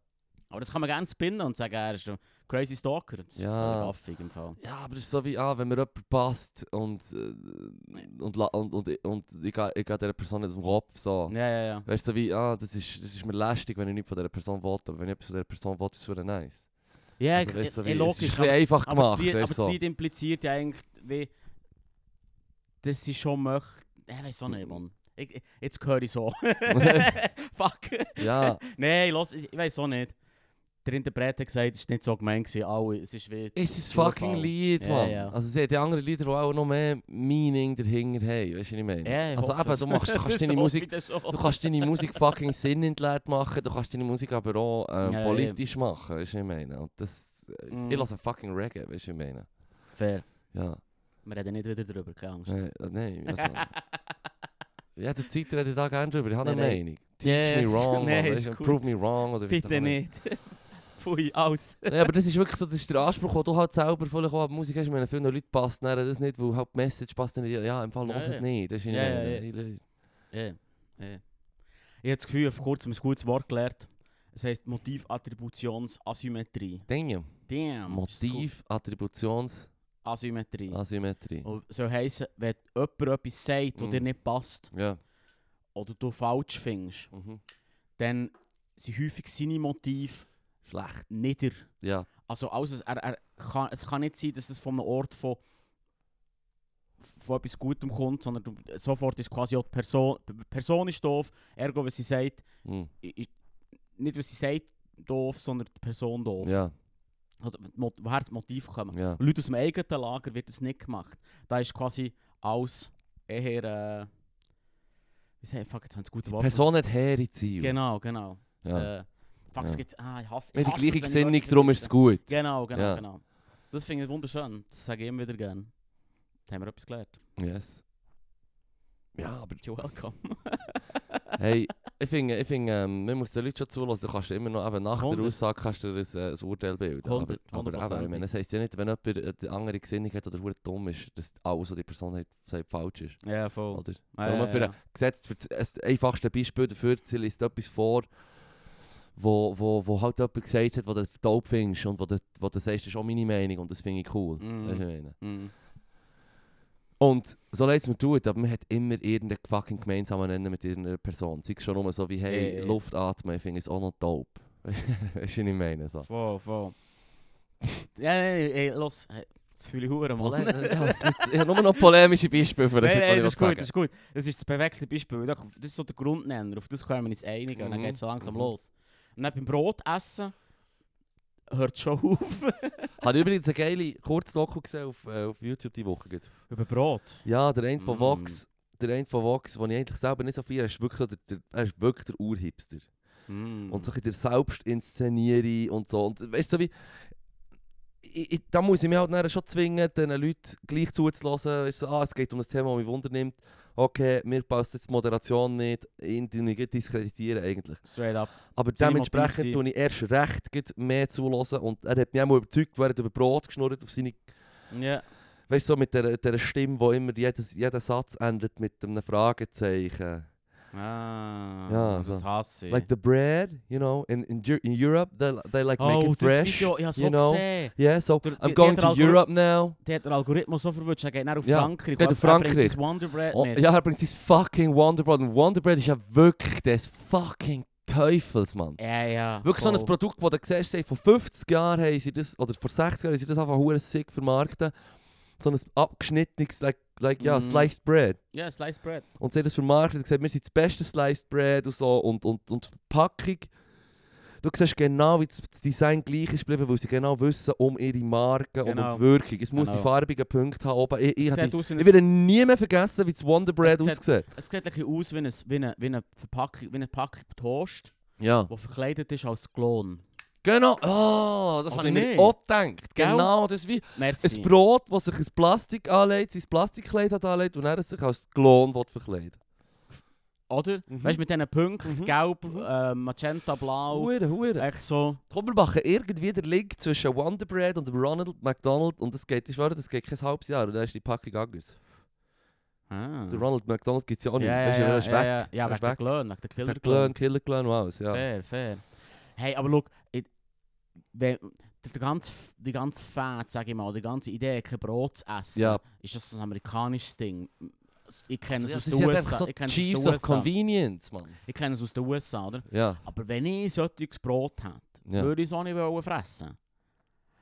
B: Aber das kann man gerne spinnen und sagen, er ist ein crazy Stalker. Das ist
A: Ja.
B: voll gaffig im Fall.
A: Ja, aber es ist so wie, ah, wenn mir jemand passt und, äh, und, la- und, und, und ich gehe ich geh dieser Person nicht aus dem Kopf, so.
B: Ja, ja, ja.
A: Weißt du, so wie, ah, das ist, das ist mir lästig, wenn ich nichts von dieser Person will, aber wenn ich etwas von dieser Person will, ist es super nice. Dus
B: Ja,
A: Also,
B: ich-
A: weißt du, so
B: ich-
A: wie, es
B: ich-
A: ist ein
B: logisch,
A: bisschen einfach
B: Aber,
A: gemacht,
B: das, Lied, aber
A: weißt du,
B: das
A: so.
B: Lied impliziert ja eigentlich, wie, dass sie schon möchte. Ich weiß auch nicht, Mann. Ich, ich- jetzt höre ich so. Fuck.
A: Ja,
B: Nein, los, ich, ich weiß auch nicht. Der Interpret hat gesagt, es war nicht so gemeint. Gewesen. Alle, es ist wie.
A: es ist ein
B: Zufall.
A: fucking Lied,
B: Ja,
A: Mann.
B: ja.
A: Also sie hat die anderen Lieder, die auch noch mehr Meaning dahinter haben, weißt du, was ich meine?
B: Ja, ich
A: also
B: hoffe
A: eben,
B: es.
A: du machst, du
B: Das
A: kannst deine
B: hoffe
A: Musik
B: ich dann schon.
A: Du kannst deine Musik fucking sinnentleert machen, du kannst deine Musik aber auch ähm,
B: Ja,
A: politisch machen, weißt du, was ich meine? Und das, äh,
B: Mm.
A: Ich lasse fucking Reggae, weißt du, was ich meine?
B: Fair.
A: Ja,
B: Wir reden nicht wieder drüber, keine Angst.
A: nein, äh, nein also. ja, der Zeit redet da gerne drüber, ich habe eine
B: Nein, nein.
A: Meinung. Teach
B: Ja,
A: me wrong,
B: nein,
A: man,
B: ist
A: weißt, du,
B: gut.
A: prove me wrong. Oder weiss doch
B: Bitte
A: auch
B: nicht. Pfui, aus.
A: Nein, aber das ist wirklich so, das ist der Anspruch, den du halt selber vielleicht auch an die Musik hast. Ich meine, vielen Leuten passt dann das nicht, weil halt die Message passt dann nicht. Ja, im Fall
B: Ja,
A: los
B: ja.
A: es nicht, das ist
B: Ja, ja,
A: meine.
B: ja.
A: Ich-
B: Ja, ja. Ich habe das Gefühl, ich habe vor kurzem ein gutes Wort gelernt. Es heisst Motivattributionsasymmetrie.
A: Dinge.
B: Damn. ist
A: Motiv, Attributions,
B: das gut. Asymmetrie. Oh,
A: Asymmetrie.
B: Und soll heissen, wenn jemand etwas sagt, das
A: Mhm.
B: dir nicht passt
A: Ja.
B: oder du falsch findest,
A: Mhm.
B: dann sind häufig seine Motive
A: Schlecht.
B: nieder.
A: Ja.
B: Also alles, er, er kann, es kann nicht sein, dass es von einem Ort von, von etwas Gutem kommt, sondern du, sofort ist quasi auch die Person, die Person ist doof, ergo, was sie sagt,
A: Mm.
B: i- i- nicht was sie sagt doof, sondern die Person doof.
A: Ja,
B: Oder mo- woher das Motiv kommt.
A: ja.
B: Und Leute aus dem eigenen Lager wird das nicht gemacht. Da ist quasi alles eher. Äh, wie sagt fuck, jetzt haben sie gute Worte.
A: Person hat hehre Ziele.
B: Genau, genau.
A: Ja.
B: Äh, fuck, es
A: Ja.
B: gibt. Ah, ich hasse.
A: Mit
B: ich
A: der gleichen
B: hasse es, wenn
A: Gesinnung,
B: Leute
A: darum ist es
B: vergessen.
A: gut.
B: Genau, genau,
A: Ja.
B: genau. Das finde ich wunderschön. Das sage ich immer wieder gerne. Da haben wir etwas gelernt.
A: Yes. Ja, aber
B: You're welcome.
A: hey, ich finde, ich finde ähm, man muss den Leuten schon zulassen. Du kannst immer noch, eben nach der
B: 100.
A: Aussage kannst du dir ein, äh, ein Urteil bilden. aber aber eben,
B: Hundert-
A: ich
B: hundertprozentig.
A: meine, das heisst ja nicht, wenn jemand eine andere Gesinnung hat oder verdammt dumm ist, dass alles, was die Person hat, sagt, falsch ist.
B: Ja, voll.
A: Oder?
B: Ja,
A: Darum
B: ja,
A: Halt, für
B: ja.
A: ein- Gesetzt für das einfachste Beispiel dafür, sie liest etwas vor, wo, wo, wo halt jemand gesagt hat, was du dope findest und wo du, wo du sagst, das ist auch meine Meinung und das finde ich cool.
B: Mhm.
A: Weisst du, was ich meine?
B: Mhm.
A: Und so leid es mir tut, aber man hat immer irgendeinen fucking gemeinsamen Nenner mit irgendeiner Person. Sei es schon nur so wie, hey,
B: Ja, ja.
A: Luft atmen, ich finde es auch noch dope. Weisst du, was ich meine? So.
B: Voll, voll. ja, nee, nee, los. Hey, Das fühle ich hure, Mann.
A: Pole ja, es ist- ich habe nur noch polemische Beispiele für das,
B: Nein,
A: was
B: nein,
A: ich
B: das ist
A: will
B: gut, das
A: sagen.
B: ist gut. Das ist das perfekte Beispiel. Das das ist so der Grundnenner, auf das können wir uns einigen und dann
A: Mhm.
B: geht es langsam
A: Mhm.
B: los. Und dann beim Brot essen hört es schon auf.
A: Habe übrigens eine geile Kurzdoku gesehen auf, äh, auf YouTube die Woche. gerade.
B: Über Brot?
A: Ja, der eine von
B: Mm.
A: Vox, der eine von Vox, den ich eigentlich selber nicht so viel, er ist wirklich so der, der, er ist wirklich der Urhipster.
B: Mm. Mhm.
A: Und so ein bisschen der Selbstinszenierung und so. Und weißt du, so wie. Ich, ich, da muss ich mich halt nachher schon zwingen, den Leuten gleich zuzulassen. Weißt du, so, ah, es geht um ein Thema, das mich Wunder nimmt. Okay, mir passt jetzt die Moderation nicht. Ihn tue ich nicht diskreditieren eigentlich.
B: Straight up.
A: Aber
B: Seine
A: dementsprechend
B: Motive
A: tue ich erst recht gleich mehr zulassen. Und er hat mich auch mal überzeugt, während über Brot geschnurrt auf seine
B: Ja.
A: Weißt du, so mit der, der Stimme, die immer jedes, jeden Satz endet mit einem Fragezeichen.
B: Ah,
A: Ja,
B: das
A: so.
B: hasse ich.
A: Like the bread, you know, in, in, Eu- in Europe, they, they like make
B: oh,
A: it
B: das
A: fresh.
B: Video, ich habe
A: you
B: so
A: know.
B: gesehen.
A: Yeah, so
B: Der-
A: I'm
B: die-
A: going
B: die
A: to
B: hat er auch-
A: Europe now.
B: Der hat den Algorithmus so verwünscht, er geht nach auf
A: Ja,
B: Frankreich.
A: geht
B: weil
A: auf
B: er bringt
A: Frankreich.
B: sein Wonder Bread
A: Oh,
B: mit.
A: ja, er bringt sein fucking Wonderbread. Und Wonderbread ist ja wirklich des fucking Teufels, Mann.
B: ja, ja.
A: Wirklich so ein
B: voll.
A: Produkt, das du siehst, sie- vor 50 Jahren haben sie das, oder vor 60 Jahren haben sie das einfach hure sick vermarktet. So ein abgeschnittenes, like, like ja,
B: Mhm.
A: sliced bread.
B: Ja, Sliced Bread.
A: Und sie hat das vermarktet und gesagt, wir sind das beste Sliced Bread und so. Und, und, und die Verpackung, du siehst genau, wie das das Design gleich ist geblieben, weil sie genau wissen um ihre Marke und um
B: Genau.
A: die Wirkung. Es muss die
B: Genau.
A: farbigen Punkte haben. Oben. Ich, ich,
B: Es
A: hab
B: sieht
A: die,
B: aus wie
A: ich
B: ein-
A: werde nie mehr vergessen, wie das Wonder Bread
B: Es sieht-
A: aussieht.
B: es sieht ein bisschen aus wie, ein, wie, eine, wie, eine Verpackung, wie eine Packung Toast,
A: Ja.
B: die verkleidet ist als Klon.
A: Genau. Oh, das
B: Oder
A: habe ich mir
B: nicht?
A: auch gedacht.
B: Gell?
A: Genau, das ist wie
B: Merci.
A: ein Brot, das sich ins Plastik anlegt, sein Plastikkleid hat anlegt und er sich als Klon will verkleiden
B: Oder?
A: Mhm.
B: Weißt du, mit diesen Punkten,
A: Mhm.
B: gelb, äh, magenta, blau.
A: Hure, hure.
B: Echt so.
A: Komm, wir machen irgendwie den Link zwischen Wonder Bread und dem Ronald McDonald und das geht, ich schwöre, das geht kein halbes Jahr und dann ist die Packung anders.
B: Ah.
A: Der Ronald McDonald gibt es ja auch
B: ja,
A: nicht.
B: ja,
A: Weißt du,
B: ja,
A: er ist weg.
B: ja,
A: Er
B: ja, ja, wegen
A: ist
B: der
A: weg.
B: Klon, wegen der Killer
A: Der Clan, Killer Clan und alles, ja.
B: Fair, fair. Hey, aber schau, ich, wenn, der, der ganze, F- die ganze Fett, sag ich mal, die ganze Idee, kein Brot zu essen,
A: Ja.
B: ist das so ein amerikanisches Ding. Ich kenne
A: Also,
B: es aus
A: das
B: den
A: ist ja einfach
B: USA.
A: so
B: ich kenne es
A: Chiefs
B: aus
A: of
B: den USA.
A: Convenience, Mann.
B: Ich kenne es aus den USA, oder?
A: Ja,
B: Aber wenn ich solches Brot hätte,
A: ja.
B: würde ich es auch nicht wollen fressen.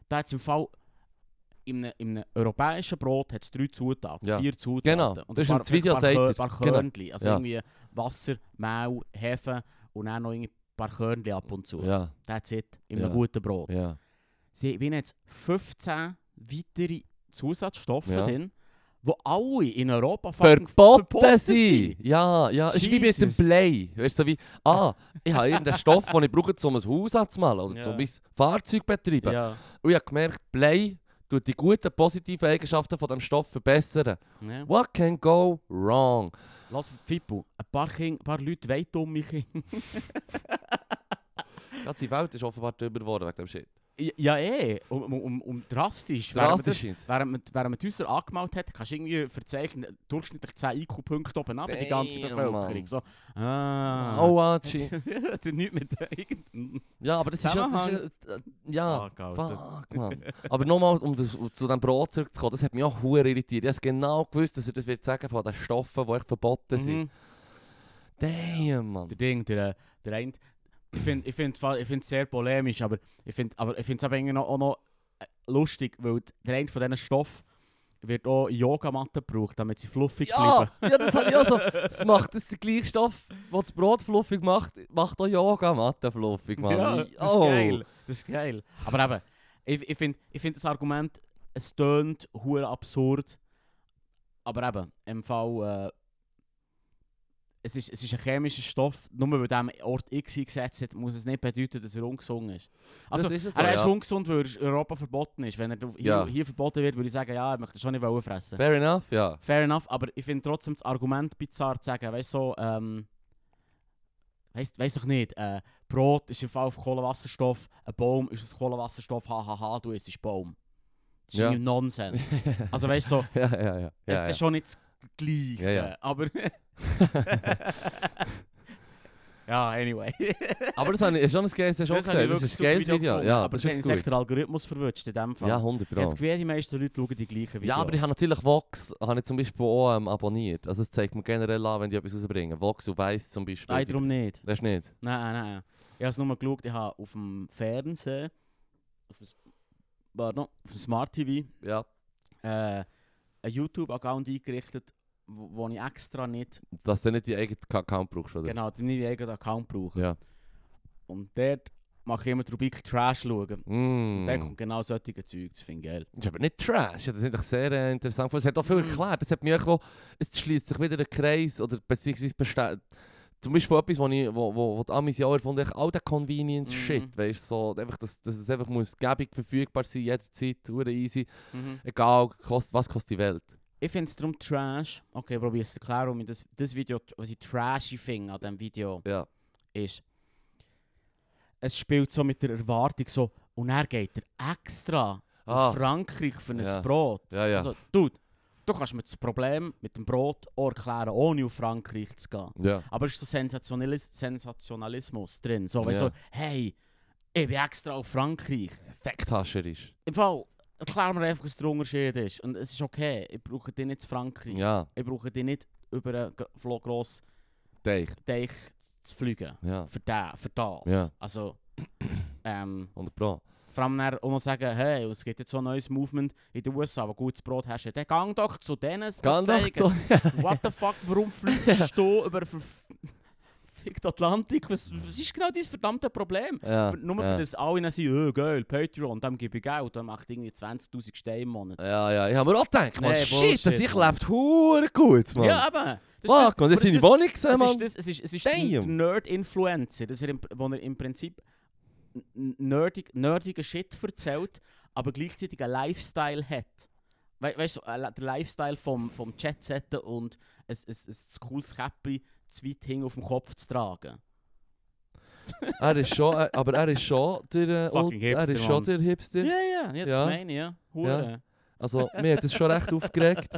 B: Da hat es im Fall... In einem, in einem europäischen Brot hat es drei Zutaten,
A: Ja.
B: vier Zutaten.
A: Genau, das ist
B: ein
A: im Video
B: paar,
A: sagt
B: Kör-
A: er.
B: paar
A: Genau.
B: Körnchen, also
A: Ja.
B: irgendwie Wasser, Mehl, Hefe und dann noch irgendwie ein paar Körnchen ab und zu.
A: Ja,
B: That's it, in einem
A: Ja.
B: guten Brot.
A: ja.
B: Sie haben jetzt 15 weitere Zusatzstoffe
A: Ja.
B: drin, die alle in Europa fucking
A: Verboten sie! Ja, ja. Es ist wie mit dem
B: Jesus.
A: Play. Weißt du, so wie, ah, ich habe irgendeinen Stoff, den ich brauche, um ein Haus anzumachen oder
B: Ja.
A: um mein Fahrzeug zu betreiben.
B: Ja.
A: Und ich habe gemerkt, Blei tut die guten, positiven Eigenschaften von dem Stoff verbessern.
B: ja.
A: What can go wrong?
B: Ne? Lass Fippo, ein paar, Kinder, ein paar Leute weit um mich hin.
A: Die ganze Welt ist offenbar drüber geworden wegen dem Shit.
B: Ja, eh. Um, um, um, um drastisch. dus-
A: Drastisch
B: Während man,
A: jetzt.
B: das, während man, während man die Häuser angemalt hat, kannst du irgendwie verzeichnen, durchschnittlich 10 IQ-Punkte oben ab, die ganze
A: Damn,
B: Bevölkerung.
A: Mann.
B: So, ah.
A: Oh,
B: Hat-
A: Achi.
B: hat nichts mit irgendeinem...
A: Ja, aber das ist ja... Das ist, ja- äh, ja,
B: Angehalten.
A: fuck, Mann. Aber nochmal, um das, um zu diesem Brot zurückzukommen, das hat mich auch verdammt irritiert. Ich habe genau gewusst, dass er das wird sagen von den Stoffen, die echt verboten sind.
B: Mhm.
A: Damn, Mann.
B: Der Ding, der, der eine... Ich finde es ich find, zwar- ich find's sehr polemisch, aber ich finde aber ich find's aber irgendwie noch, auch noch äh, lustig, weil der eine von diesen Stoffen wird auch in Yogamatten gebraucht, damit sie fluffig
A: Ja,
B: bleiben.
A: ja, das habe ich auch so. Es macht das der gleiche Stoff, der das Brot fluffig macht, macht auch Yoga Matte fluffig, Mann.
B: Ja, das ist
A: Oh.
B: geil. Das ist geil. Aber eben, ich, ich finde ich find das Argument, es tönt hure absurd. Aber eben, im Fall, äh, es, ist, es ist ein chemischer Stoff. Nur weil dem Ort X eingesetzt hat, muss es nicht bedeuten, dass er ungesund ist. Also,
A: ist es
B: er
A: auch,
B: ist
A: ja.
B: ungesund, weil er in Europa verboten ist. Wenn er hier,
A: Ja.
B: hier verboten wird, würde ich sagen, ja, ich möchte schon nicht wollen fressen.
A: Fair enough, ja.
B: Fair enough, aber ich finde trotzdem das Argument bizarr zu sagen, weißt du, so, ähm, weißt, weiss doch nicht, äh, Brot ist im Fall auf Kohlenwasserstoff, ein Baum ist aus Kohlenwasserstoff, hahaha, du isst Baum. Das ist
A: Ja.
B: irgendwie Nonsens. Also weißt du, so,
A: ja, ja, ja.
B: es
A: ja,
B: ist
A: ja.
B: schon nicht das Gleiche,
A: Ja, ja.
B: aber Ja, anyway.
A: Aber das habe ich, ist schon ein geiles, hast du auch
B: Das habe ich
A: gesehen. Das ist
B: wirklich
A: ein
B: super
A: geiles Video.
B: gefunden,
A: Ja,
B: aber
A: das
B: dann
A: ist
B: ist echt
A: gut.
B: der Algorithmus verwirrt in dem Fall.
A: Ja,
B: Ich habe das
A: 100
B: Gefühl, die meisten Leute schauen die gleichen Videos.
A: Ja, aber ich habe natürlich Vox habe ich zum Beispiel auch ähm, abonniert. Also es zeigt mir generell an, wenn die etwas rausbringen. Vox und Weiss zum Beispiel.
B: Nein, darum nicht.
A: Das ist nicht.
B: Nein, nein, nein. Ich habe es nur geschaut, ich habe auf dem Fernsehen, auf dem, S- pardon, auf dem Smart TV,
A: Ja,
B: äh, einen YouTube-Account eingerichtet, wo, wo ich extra nicht,
A: dass du nicht die eigene Account brauchst, oder?
B: genau, den ich eigenen Account brauche.
A: Ja.
B: Und dort mache ich immer die Rubrik Trash schauen.
A: Mm.
B: Und dann kommt genau solche Zeug, das finde ich geil.
A: Das ist aber nicht Trash. Ich habe Das ist eigentlich sehr äh, interessant. gefunden. Es hat auch viel
B: Mhm.
A: erklärt. Es hat mich auch, es schließt sich wieder ein Kreis oder beziehungsweise besteht. Zum Beispiel etwas, was ich, wo, wo, wo die Amis ja auch erfunden haben, all der Convenience-Shit,
B: Mhm.
A: weißt du, so, einfach, dass, dass es einfach muss gäbig verfügbar sein, jederzeit, hure easy, egal, kost, was kostet die Welt.
B: Ich finde es darum Trash, okay, probiere es zu erklären, warum ich das, das Video, was ich trashy finde an diesem Video,
A: Ja.
B: ist, es spielt so mit der Erwartung so, und er geht er extra
A: Ah,
B: nach Frankreich für ein
A: Ja.
B: Brot.
A: ja, ja.
B: Also, dude, du kannst mir das Problem mit dem Brot auch erklären, ohne auf Frankreich zu gehen.
A: ja.
B: Aber es ist so Sensationalis Sensationalismus drin. So, weißt du,
A: Ja.
B: so, hey, ich bin extra auf Frankreich.
A: Effekthascherisch.
B: Im Fall, erklär mir einfach, was der Unterschied ist. Und es ist okay, ich brauche dich nicht zu Frankreich.
A: Ja,
B: Ich brauche dich nicht über einen gro- flo- grossen
A: Teich.
B: Teich zu fliegen.
A: Ja,
B: Für, da, für das.
A: Ja.
B: Also, ähm,
A: 100 Pro.
B: vor allem dann auch noch sagen, hey, es gibt jetzt so ein neues Movement in den USA, wo gutes Brot hast. Dann gang doch zu denen, es
A: Ganz
B: zeigen.
A: so.
B: What the fuck, warum fliegst du über den verfickten Atlantik? Was, was ist genau dein verdammte Problem?
A: Ja,
B: Für- Nur
A: ja.
B: für das alle dann sagen, oh, geil, Patreon, dann gebe ich Geld, dann macht irgendwie 20'000 Steine im Monat.
A: Ja, ja, ich habe mir auch gedacht, man,
B: Nee,
A: shit, das
B: Bullshit,
A: ich
B: Mann.
A: lebt hure gut, man.
B: Ja, eben.
A: Fuck,
B: Das ist
A: man, das
B: aber
A: sind
B: ist
A: Wohnungen,
B: das,
A: man.
B: ist das, es ist, es ist
A: Damn.
B: der Nerd-Influencer, dass er im, wo er im Prinzip n- n- nerdig, nerdigen Shit erzählt, aber gleichzeitig einen Lifestyle hat. We weißt du, äh, der Lifestyle vom, vom Chat setzen und ein, ein, ein cooles Käppli zu weit hing auf dem Kopf zu tragen.
A: Er ist schon, äh, aber er ist schon der, äh,
B: Fucking
A: Ult- er
B: Hipster,
A: ist schon
B: Mann.
A: der Hipster.
B: Ja, ja, ja, das
A: Ja.
B: meine ich, ja. Hure.
A: Also, mir hat das schon recht aufgeregt.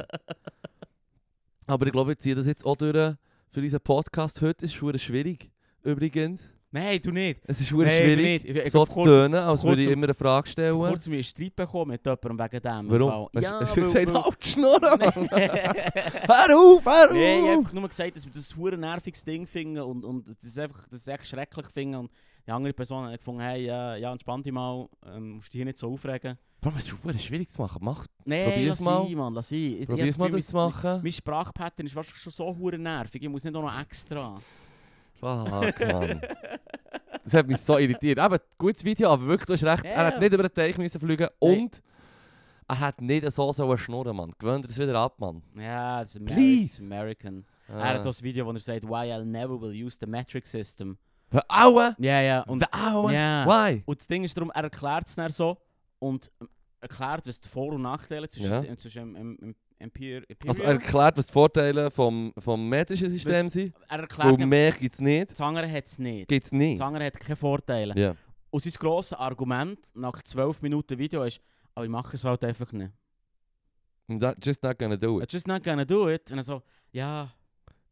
A: Aber ich glaube, ich ziehe das jetzt auch durch äh, für unseren Podcast heute. Es ist hure schwierig, übrigens.
B: Nein, du nicht.
A: Es ist hure
B: Nein, du
A: schwierig,
B: nicht. Ich, ich,
A: so
B: hab
A: zu
B: kurz,
A: tönen, als
B: kurz
A: würde ich
B: um-
A: immer eine Frage stellen.
B: kurz mir einen Streit bekommen mit jemandem wegen dem.
A: Warum?
B: Im Fall.
A: hast, hast du gesagt,
B: weil-
A: halt die Schnur, Mann.
B: weil-
A: Hör auf, hör auf!
B: Nee, ich habe einfach nur gesagt, dass wir das hure nerviges Ding finden und, und das ist einfach das ist echt schrecklich finden. Und die andere Person hat gefunden, hey, ja, ja entspann dich mal, ähm, musst dich hier nicht so aufregen.
A: Bro, es ist hure schwierig zu machen. Mach's,
B: Nein,
A: Probier's
B: lass
A: mal.
B: sein, Mann, lass sein. Ich- ich hab
A: probier's
B: das
A: mal
B: Gefühl,
A: das zu machen.
B: Mein, mein Sprachpattern ist wahrscheinlich schon so hure nervig, ich muss nicht auch noch extra.
A: Fuck, Mann. Das hat mich so irritiert. Aber gutes Video, aber wirklich, du hast recht.
B: Ja,
A: Er hat
B: ja.
A: nicht über den Teich müssen fliegen
B: Nein.
A: und er hat nicht so sollen schnurren, Mann. Gewöhnt er das wieder ab, Mann.
B: Ja, das ist Ameri-
A: Please.
B: das ist American. Ah, Er
A: Äh.
B: hat das Video, wo er sagt, why I never will use the metric system.
A: Hör- Aua!
B: Ja, ja, und
A: Und Aua!
B: Ja.
A: Why?
B: Und das Ding ist darum, er erklärt es dann so und ähm, erklärt, was die Vor- und Nachteile zwischen,
A: Ja.
B: zwischen dem dem- dem Empir Imperium...
A: Also er erklärt, was die Vorteile vom, vom metrischen System sind.
B: er
A: Weil
B: erklärt,
A: mehr gibt es nicht.
B: Zanger hat es nicht.
A: Gibt's nicht.
B: Zanger hat keine Vorteile.
A: Ja.
B: Und sein grosses Argument nach 12 Minuten Video ist, aber ich mache es halt einfach nicht.
A: I'm not- just not gonna do
B: I'm
A: it.
B: just not gonna do it. Und er so, ja,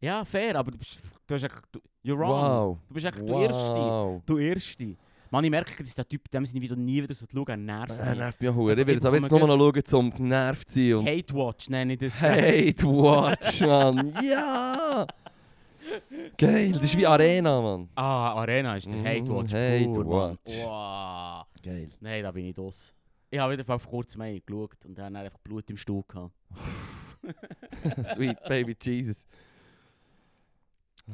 B: ja, fair, aber du bist, du bist echt, du, you're wrong.
A: Wow.
B: Du bist echt der Erste.
A: Wow.
B: Du Erste. Mann, ich merke, dass der Typ dem seine Video nie wieder so schauen er nervt
A: Er
B: mich.
A: nervt mich auch hure. Ich
B: Ich
A: will jetzt aber jetzt
B: bekomme
A: nur noch schauen, zum genervt zu sein. Und
B: Hate Watch nenne ich das.
A: Hate Watch, Mann. Ja! Geil, das ist wie Arena, Mann.
B: Ah, Arena ist der
A: Mhm,
B: Hate Watch.
A: Hate
B: pur, Mann.
A: Watch.
B: Wow.
A: Geil.
B: Nein, da bin ich draus. Ich habe wieder vor kurzem einmal geschaut und dann einfach Blut im Stuhl gehabt.
A: Sweet Baby Jesus.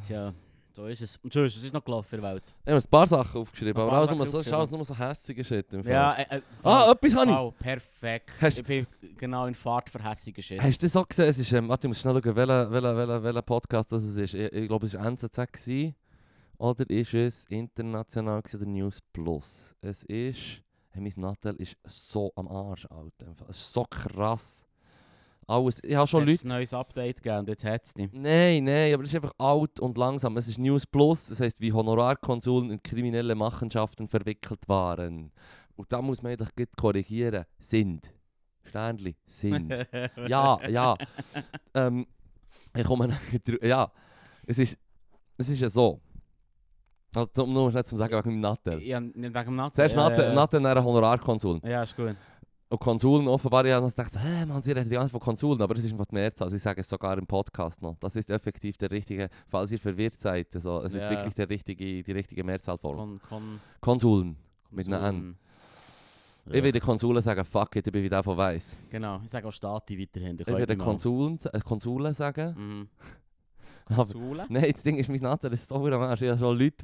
B: Tja, so ist es. Und sonst, es ist noch gelaufen in der Welt.
A: Ich habe ein paar Sachen aufgeschrieben,
B: Ein
A: aber
B: paar
A: alles nur
B: Sachen
A: so, ist alles nur so hässige Shit. Im Fall.
B: Ja, äh, äh,
A: ah,
B: wow,
A: etwas habe
B: wow, perfekt.
A: Hast-
B: ich bin genau in Fahrt für hässige Shit.
A: ich. Hast du das auch gesehen? Es ist, ähm, warte, ich muss schnell schauen, welcher, welcher, welcher, welcher Podcast das es ist. Ich, ich glaube, es war NZZ. Gewesen. Oder ist es international gewesen, oder News Plus? Es ist... Hey, mein Nattel ist so am Arsch, Alter. im Fall. Es ist so krass. Alles. Ich habe schon
B: Jetzt hat's
A: Leute...
B: ein neues Update gegeben und jetzt hat es nicht.
A: Nein, nein, aber es ist einfach alt und langsam. Es ist News Plus, das heißt, wie Honorarkonsuln in kriminelle Machenschaften verwickelt waren. Und da muss man eigentlich gleich korrigieren. Sind. Sternli, sind. ja, ja. ähm, ich komme nachher drü- Ja, es ist, es ist ja so. Also, um nur schnell zu sagen, wegen meinem Nattel.
B: Ja, nicht wegen dem Nattel.
A: Zuerst
B: ja,
A: Nattel,
B: ja.
A: Nattel, dann Honorarkonsul.
B: Ja, ist gut.
A: Und Konsuln offenbar, ja, dann dachte ich, hey, man, sie reden die ganze Zeit von Konsuln, aber das ist einfach die Mehrzahl. Sie sagen es sogar im Podcast noch. Das ist effektiv der richtige, falls ihr verwirrt seid. Also, es ist
B: Ja.
A: wirklich der richtige, die richtige Mehrzahlform.
B: Kon, kon,
A: Konsuln. Mit
B: Konsul-
A: einer N.
B: Ja.
A: Ich will den Konsulen sagen, fuck it, ich bin wie der von weiss.
B: Genau, ich sage auch Stati weiterhin.
A: Ich will den Konsulen, äh, Konsulen sagen.
B: Mhm.
A: Aber-
B: Konsulen?
A: Nein, das Ding ist, mein Nattel ist so am Arsch. Ich habe schon Leute,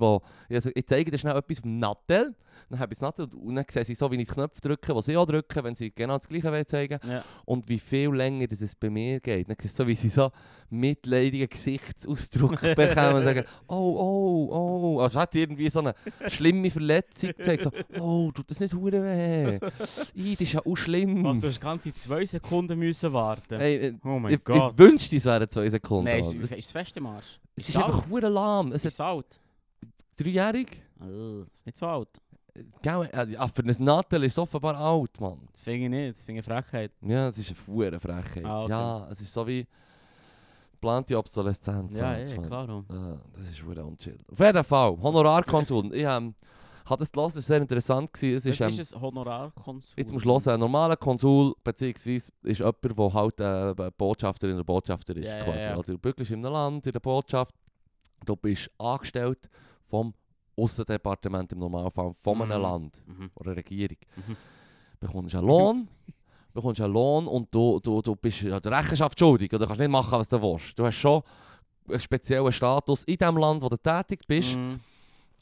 A: die... Ich, so- ich zeige dir schnell etwas vom Nattel, dann habe ich das Nattel und dann sehe ich so, wie ich die Knöpfe drücke, die sie auch drücken, wenn sie genau das Gleiche wollen zeigen
B: Ja.
A: Und wie viel länger das es bei mir geht. Dann siehst du so, wie sie so mitleidigen Gesichtsausdruck bekommen und sagen, oh, oh, oh. Als hätte irgendwie so eine schlimme Verletzung gezeigt. So, oh, tut das nicht hure weh. Ih, das ist ja auch schlimm.
B: Also, du hast ganze zwei Sekunden müssen warten.
A: Ey, äh,
B: oh mein
A: ich,
B: Gott.
A: ich wünschte, es wären zwei Sekunden.
B: Nein, ist,
A: Mann.
B: ist
A: das,
B: das fest im Arsch?
A: es ist einfach
B: alt.
A: hure lahm. Es
B: Ist
A: ist
B: es alt?
A: dreijährig.
B: Äh, Ist nicht so alt.
A: Gell, also, ah, für ein Nattel ist es offenbar alt, Mann.
B: Das finde ich nicht. Das finde ich Frechheit.
A: Ja, es ist eine verdammte Frechheit.
B: Ah, okay.
A: Ja, es ist so wie geplante Obsoleszenz.
B: Ja,
A: halt,
B: ja,
A: Mann.
B: klar. um.
A: Ja, das ist verdammt unchill. Auf jeden Fall, Honorarkonsulten. ich ähm, habe das gelesen, es war sehr interessant. Gewesen. Es
B: Das
A: ist, ähm,
B: ist ein Honorarkonsul.
A: jetzt musst du hören, ein normaler Konsul, beziehungsweise ist jemand, der halt äh, Botschafterin oder Botschafter ist.
B: Ja, ja,
A: quasi.
B: ja.
A: Also, du bist in einem Land, in der Botschaft, du bist angestellt vom Aussendepartement im Normalfall, von einem
B: Mhm.
A: Land.
B: Mhm.
A: oder Regierung.
B: Mhm.
A: Bekommst einen Lohn, bekommst einen Lohn und du, du, du bist ja der Rechenschaft schuldig oder kannst nicht machen, was du willst. Du hast schon einen speziellen Status in dem Land, wo du tätig bist,
B: Mhm.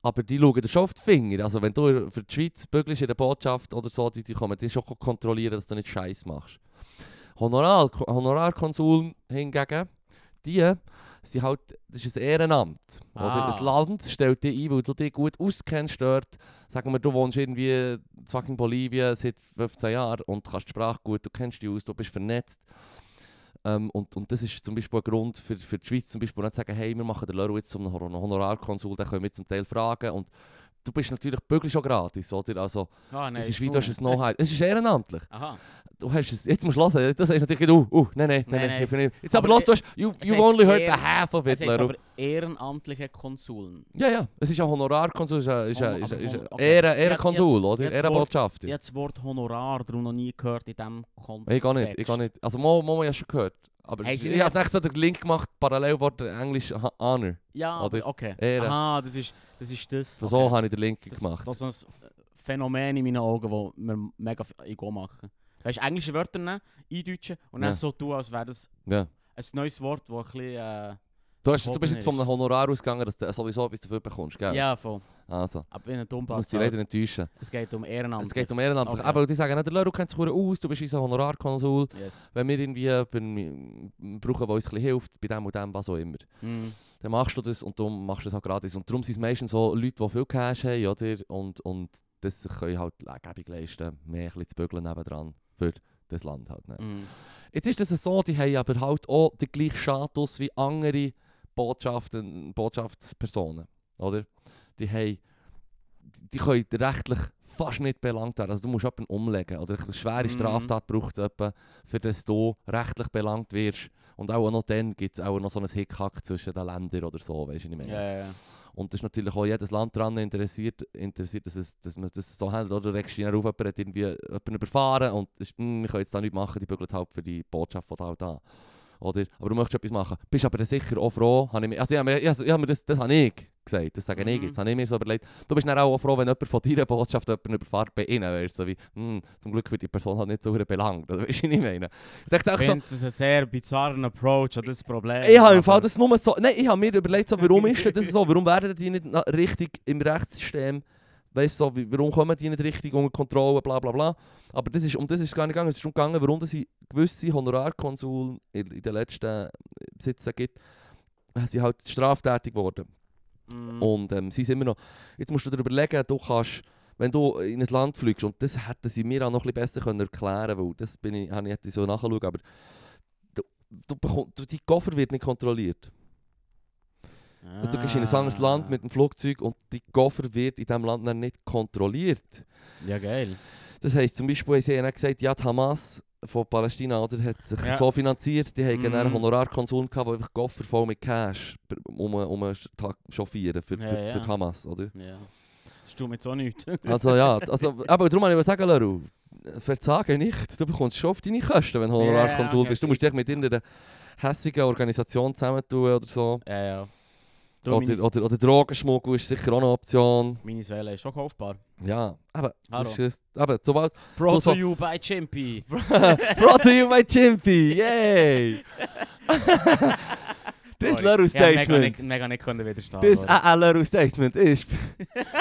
A: aber die schauen dir schon auf die Finger. Also wenn du für die Schweiz bügelst in der Botschaft oder so, die, die kommen die schon kontrollieren, dass du nicht Scheiß machst. Honorar, Honorarkonsuln hingegen, die sind halt, das ist ein Ehrenamt. Oder
B: Ah.
A: das Land stellt dich ein, weil du dich gut auskennst dort. Sagen wir, du wohnst irgendwie zwar in Bolivien seit 15 Jahren und kannst die Sprache gut, du kennst dich aus, du bist vernetzt. Ähm, und, und das ist zum Beispiel ein Grund für, für die Schweiz, zum Beispiel nicht zu sagen, hey, wir machen den Leru jetzt zum Honor- Honorarkonsul, den können wir zum Teil fragen. Und du bist natürlich bügelst schon gratis, oder? Also,
B: Ah, nein.
A: es ist wie,
B: cool.
A: du hast ein Know-how. Es ist ehrenamtlich.
B: Aha.
A: Du hast es, jetzt musst du hören, das ist natürlich, uh, uh, nein, nein, nein,
B: Nein,
A: nein,
B: nein.
A: hilf mir nicht. Jetzt aber,
B: Aber
A: los, du hast, you,
B: es
A: you've
B: heisst
A: only heard the
B: eher-
A: half of it,
B: Es heißt
A: Leru.
B: aber ehrenamtliche Konsuln.
A: Ja, ja, es ist ein Honorarkonsul, ist ein, ist ein,
B: Homo-
A: ist ein,
B: aber
A: ist ein
B: Homo- okay.
A: Ehre,
B: Ja,
A: Ehrenkonsul,
B: jetzt-
A: oder?
B: jetzt
A: Ehrenbotschafter.
B: Ich habe das Wort Honorar darum noch nie gehört in diesem Kontext.
A: Ich gar nicht, ich gar nicht. Also, Momo, Momo ja schon gehört. Aber
B: Hey,
A: es-
B: sie
A: ich
B: nicht-
A: habe nicht so den Link gemacht, Parallelwort Englisch Ha- Honor.
B: Ja,
A: Oder
B: okay.
A: Ehre.
B: Aha, das ist das. Ist das.
A: So
B: okay.
A: habe ich den Link
B: das,
A: gemacht.
B: Das ist ein Phänomen in meinen Augen, das wir mega f- ich go machen. Weißt du, englische Wörter nehmen, eindeutschen und
A: Ja.
B: dann so tun, als wäre das
A: ja.
B: ein neues Wort, das ein bisschen. Äh,
A: du, hast, du
B: Problem
A: bist jetzt von
B: ist-
A: einem Honorar ausgegangen, dass du sowieso etwas dafür bekommst,
B: ja.
A: gell?
B: voll.
A: Also,
B: Aber in einem
A: du musst dich leider enttäuschen.
B: Es geht um Ehrenamt.
A: Es geht um Ehrenamt.
B: Okay.
A: Aber die sagen, nicht, der Leru kennt sich gut aus, du bist unser Honorarkonsul.
B: Yes.
A: Wenn wir irgendwie jemanden brauchen, der uns ein bisschen hilft, bei dem und dem, was auch immer.
B: Mm.
A: dann machst du das und darum machst du das auch gratis. Und darum sind es meistens so Leute, die viel Cash haben, oder? Und, und das sich können halt Lebensgebung leisten, mehr ein bisschen zu bügeln nebendran für das Land halt. Ne?
B: Mm.
A: Jetzt ist es so, die haben aber halt auch den gleichen Status wie andere Botschaften, Botschaftspersonen, oder? Die haben, die können rechtlich fast nicht belangt werden. Also du musst jemanden umlegen, oder? Eine schwere
B: Mhm.
A: Straftat braucht jemanden, für das du rechtlich belangt wirst. Und auch noch dann gibt es auch noch so einen Hickhack zwischen den Ländern oder so, weißt du, was ich meine?
B: Ja, ja, ja.
A: Und das ist natürlich auch jedes Land daran interessiert, interessiert dass, es, dass man das so handelt. Oder regst du dich auf, jemand hat irgendwie jemanden überfahren und es ist, «Hm, wir können jetzt da nichts machen, die bügelt halt für die Botschaft von da und da. Oder? Aber du möchtest etwas machen. Bist aber dann sicher auch froh, habe ich mir, also ich habe mir, ich habe- ich habe mir das, das habe ich gesagt, das sage ich
B: Mhm.
A: jetzt, habe ich mir so überlegt. Du bist dann auch froh, wenn jemand von deiner Botschaft jemanden überfährt bei ihnen, wärst so wie, «Hm, zum Glück wird die Person halt nicht so verdammt belangt, oder weißt du, was ich meine? Ich dachte auch
B: Ich
A: so,
B: finde, das ist ein sehr bizarren Approach an das Problem.
A: ich habe im Fall
B: aber-
A: das nur so. Nein, ich habe mir überlegt, so, warum ist denn das so? Warum werden die nicht na- richtig im Rechtssystem? Weißt du, so, wie- warum kommen die nicht richtig unter Kontrolle, bla bla bla. Aber das ist, um das ist es gar nicht gegangen. Es ist darum gegangen, warum dass sie gewisse Honorarkonsuln in, in den letzten äh, Sitzen gibt, äh, sind halt straftätig geworden.
B: Mm.
A: Und ähm, sie sind immer noch. Jetzt musst du dir überlegen, du kannst, wenn du in ein Land fliegst, und das hätten sie mir auch noch ein bisschen besser können erklären können, weil das bin ich, habe ich hätte ich so nachschauen, aber du, du bekomm, du, dein Koffer wird nicht kontrolliert. Also, du gehst in ein anderes
B: Ah.
A: Land mit dem Flugzeug und dein Koffer wird in diesem Land dann nicht kontrolliert.
B: Ja, geil.
A: Das heisst, zum Beispiel haben sie ihnen gesagt, ja, die Hamas von Palästina, oder? Hat sich
B: Ja.
A: so finanziert. Die haben
B: Mhm.
A: dann einen Honorarkonsul gehabt, der einfach Koffer voll mit Cash b- um, um zu chauffieren für, für,
B: Ja, ja.
A: für die Hamas, oder?
B: Ja. Das tut mir jetzt auch nichts.
A: Also ja, also, aber darum wollte ich sagen, Leru, verzage nicht. Du bekommst schon auf deine Kosten, wenn du
B: Ja,
A: Honorarkonsul
B: okay,
A: bist. Du musst dich mit irgendeiner hässigen Organisation zusammentun oder so.
B: ja, ja. Du,
A: Oder,
B: meine,
A: oder, oder Drogenschmuggel ist sicher auch eine Option.
B: meine Säule ist schon kaufbar.
A: Ja, aber
B: Hallo.
A: das ist es. Aber sobald...
B: Bro to
A: so-
B: you by Chimpy.
A: Brought to you by Chimpy, yay! das Leru
B: Sorry. Ja, mega nicht,
A: Statement,
B: mega nicht können widerstehen.
A: das
B: aber-
A: AA Leru Statement ist...